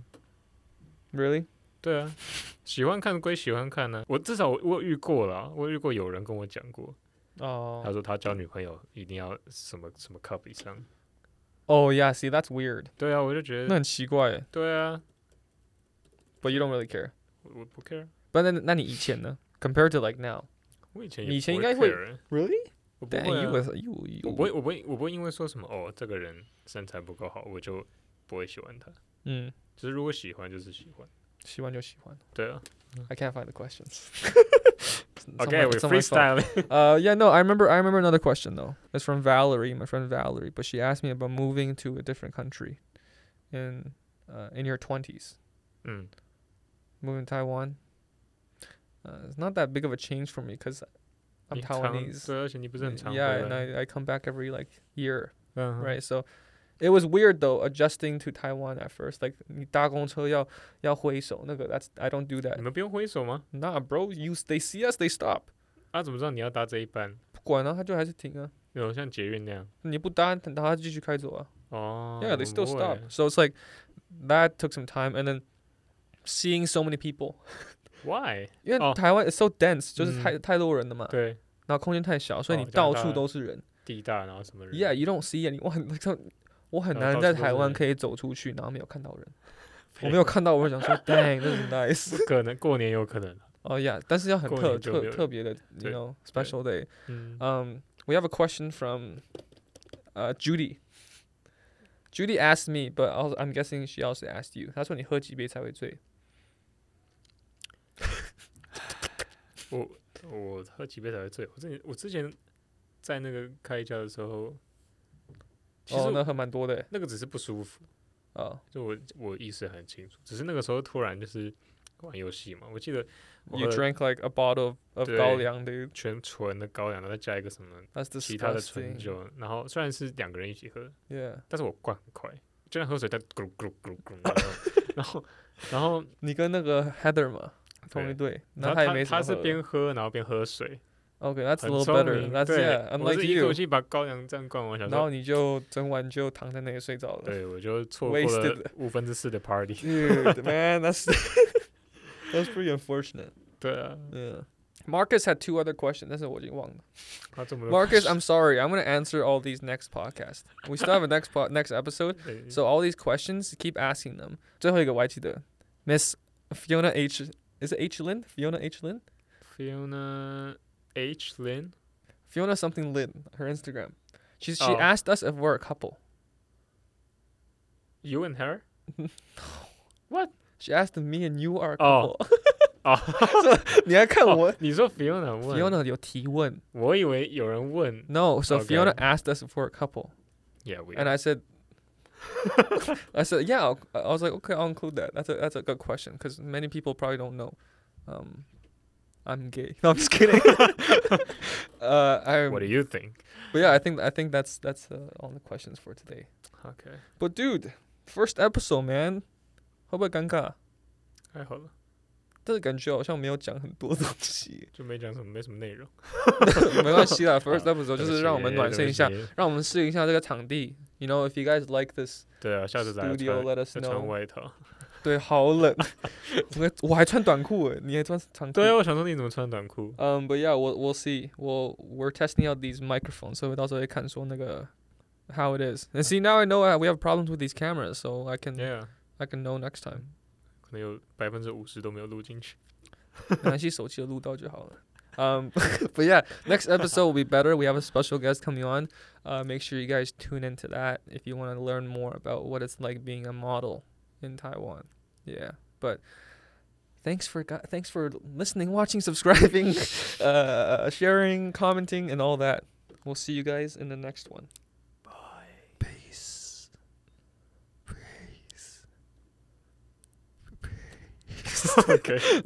Speaker 2: Really?
Speaker 1: 对啊， *laughs* 喜欢看归喜欢看呢、我至少我我有遇过啦，我有遇过有人跟我讲过，他
Speaker 2: Oh.
Speaker 1: 说他交女朋友一定要什么什么 cup 以上。
Speaker 2: Oh yeah. See, that's weird.
Speaker 1: 对啊，我就觉得，
Speaker 2: 那很奇怪耶。
Speaker 1: 对啊，
Speaker 2: But you don't really care.
Speaker 1: 我我不 care。
Speaker 2: But then, 那你以前呢? Compared to like now.
Speaker 1: 我以前
Speaker 2: 你
Speaker 1: 也
Speaker 2: 以前
Speaker 1: 不
Speaker 2: 应该会
Speaker 1: care，欸
Speaker 2: Really?
Speaker 1: 我不
Speaker 2: Dang,
Speaker 1: 会、啊
Speaker 2: you was you
Speaker 1: 我
Speaker 2: you.
Speaker 1: 不会，我不会，我不会因为说什么哦，这个人身材不够好，我就不会喜欢他。
Speaker 2: Mm.
Speaker 1: 就是如果喜欢，就是喜欢。
Speaker 2: 嗯，喜欢就喜欢。
Speaker 1: 对啊
Speaker 2: I can't find the questions. *laughs* It's on my-
Speaker 1: ，OK，we
Speaker 2: it's on my phone.
Speaker 1: freestyle。
Speaker 2: *laughs*
Speaker 1: *laughs*
Speaker 2: Uh, yeah, no, I remember. I remember another question though. It's from Valerie, my friend Valerie, but she asked me about moving to a different country, in, uh, in your twenties,
Speaker 1: 嗯，
Speaker 2: moving to Taiwan. Uh, it's not that big of a change for me because I'm
Speaker 1: 你常
Speaker 2: Taiwanese.
Speaker 1: 对，而且你不是很常
Speaker 2: yeah,
Speaker 1: 回
Speaker 2: and
Speaker 1: 来
Speaker 2: I, I come back every like year,
Speaker 1: 嗯哼
Speaker 2: right? So, it was weird though adjusting to Taiwan at first. Like 你搭公车要要挥手那个 that's I don't do
Speaker 1: 你
Speaker 2: that.
Speaker 1: 们不用挥手吗？
Speaker 2: Nah, bro, you they see us, they stop.
Speaker 1: 啊，怎么知道你要搭这一班？
Speaker 2: 不管啊，他就还是停啊。你不搭，他他继续开走啊。
Speaker 1: 有像捷运那样哦。
Speaker 2: yeah, they
Speaker 1: 我
Speaker 2: still
Speaker 1: 不会
Speaker 2: stop. So it's like that took some time, and then seeing so many people.
Speaker 1: Why？
Speaker 2: 因为
Speaker 1: 哦。
Speaker 2: Taiwan is so dense，就是
Speaker 1: 嗯。
Speaker 2: 太-太多人了嘛，
Speaker 1: Oh. Mm. 对，
Speaker 2: 然后空间太小，所以你
Speaker 1: 哦，加拿大
Speaker 2: 到处都是人。
Speaker 1: 地大然后什么人
Speaker 2: Yeah, you don't see any. *laughs* 我很-我很难
Speaker 1: 到处都是人。
Speaker 2: 在台湾可以走出去，然后没有看到人。
Speaker 1: 废话
Speaker 2: 我没有看到，我会想说，dang, this is nice.
Speaker 1: *laughs*
Speaker 2: *laughs*
Speaker 1: 可能过年有可能。啊
Speaker 2: Oh yeah, 但是要很
Speaker 1: 过年
Speaker 2: 特-
Speaker 1: 就没
Speaker 2: 特-
Speaker 1: 有人。
Speaker 2: 特别的，you
Speaker 1: 对，
Speaker 2: know, special day.
Speaker 1: 嗯，
Speaker 2: Um, we have a question from uh, Judy. Judy asked me, but also, I'm guessing she also asked you. 她说你喝几杯才会醉？
Speaker 1: 我我喝几杯才会醉？我之前我之前在那个开一家的时候，其实
Speaker 2: 哦，
Speaker 1: 我
Speaker 2: 那喝蛮多的欸。
Speaker 1: 那个只是不舒服，
Speaker 2: 哦，
Speaker 1: 就我我意识很清楚，只是那个时候突然就是玩游戏嘛，我记得我
Speaker 2: you
Speaker 1: 喝了
Speaker 2: drank like a bottle of, of
Speaker 1: 对。
Speaker 2: 高粱, dude.
Speaker 1: 全纯的高粱，然后再加一个什么
Speaker 2: That's
Speaker 1: 其他的
Speaker 2: disgusting.
Speaker 1: 纯酒，然后虽然是两个人一起喝，
Speaker 2: Yeah.
Speaker 1: 但是我灌很快，就像喝水在咕噜咕噜咕噜咕噜，然后然
Speaker 2: *laughs*
Speaker 1: 后
Speaker 2: 你跟那个
Speaker 1: 对
Speaker 2: Heather
Speaker 1: 然后他他是
Speaker 2: 嘛，同一队，然后他也没什么喝了。
Speaker 1: 边喝然后边喝水，
Speaker 2: Okay, that's a
Speaker 1: 很
Speaker 2: little
Speaker 1: 聪
Speaker 2: better.
Speaker 1: 明
Speaker 2: That's
Speaker 1: 对
Speaker 2: yeah,
Speaker 1: 我
Speaker 2: unlike
Speaker 1: 是一口
Speaker 2: you.
Speaker 1: 气把高粱这样灌完，我想说，
Speaker 2: 然后你就整晚就躺在那里睡着了。
Speaker 1: 对我就错过了
Speaker 2: wasted
Speaker 1: 五分之四的
Speaker 2: *laughs*
Speaker 1: party。 *laughs*
Speaker 2: Dude, man, that's *laughs* that's pretty unfortunate.
Speaker 1: 对啊，
Speaker 2: Yeah. Marcus had two other questions. That's what
Speaker 1: *laughs*
Speaker 2: you want.
Speaker 1: 他这么多
Speaker 2: Marcus, I'm sorry. I'm gonna answer all these next podcast. We still have a next po- next episode.
Speaker 1: 对
Speaker 2: So all these questions, keep asking them. 最后一个我还记得，Miss Fiona H. Is it H Lin? Fiona H Lin?
Speaker 1: Fiona H Lin，
Speaker 2: Fiona something Lin. Her Instagram. She she
Speaker 1: Oh.
Speaker 2: asked us if we're a couple.
Speaker 1: You and her？
Speaker 2: She asked if me and you are a couple. *laughs*
Speaker 1: Oh. 哦 *laughs*
Speaker 2: 你还看我？
Speaker 1: 你说 Fiona 问
Speaker 2: Fiona 有提问。
Speaker 1: 我以为有人问
Speaker 2: No, so
Speaker 1: Okay.
Speaker 2: Fiona asked us if we're a couple.
Speaker 1: ，Yeah we
Speaker 2: And
Speaker 1: *laughs*
Speaker 2: I said, I said, yeah. I'll, I was like, okay, I'll include that. That's a that's a good question because many people probably don't know. Um, I'm gay. *laughs* No, I'm just kidding.
Speaker 1: *laughs*
Speaker 2: uh, I.
Speaker 1: What do you think？
Speaker 2: But yeah, I think I think that's that's uh, all the questions for today.
Speaker 1: OK，
Speaker 2: But dude, first episode, man. How about 尴尬？
Speaker 1: 太好了，
Speaker 2: 这感觉好像没有讲很多东西。 *laughs*
Speaker 1: 就没讲什么，没什么内容。 *laughs*
Speaker 2: 没关系啦，first episode
Speaker 1: 对不起对不
Speaker 2: 就是让我们暖身一下，让我们适应一下这个场地。
Speaker 1: 起
Speaker 2: You know, if you guys like this
Speaker 1: 对啊，下次大家穿
Speaker 2: studio, let us
Speaker 1: 要
Speaker 2: know.
Speaker 1: 穿外套。
Speaker 2: 对，好
Speaker 1: *laughs*
Speaker 2: 冷，我我还穿短裤诶，你还穿长裤？
Speaker 1: 对啊，我想说你怎么穿短裤？
Speaker 2: 嗯、b u t yeah, we'll we'll see. We'll we're testing out these microphones, so 到时候会看说那个 how it is. And see now I know uh, we have problems with these cameras, so I can
Speaker 1: Yeah，
Speaker 2: I can know next time.
Speaker 1: 可能有百分之五十都没有录进
Speaker 2: *laughs*
Speaker 1: 去。
Speaker 2: 没关系，手机的录到就好了。Um, *laughs* but yeah, next episode will be better. We have a special guest coming on. Uh, make sure you guys tune into that if you want to learn more about what it's like being a model in Taiwan. Yeah, but thanks for gu- thanks for listening, watching, *laughs* subscribing, uh, sharing, commenting, and all that. We'll see you guys in the next one. Bye. Peace. Peace.
Speaker 1: okay.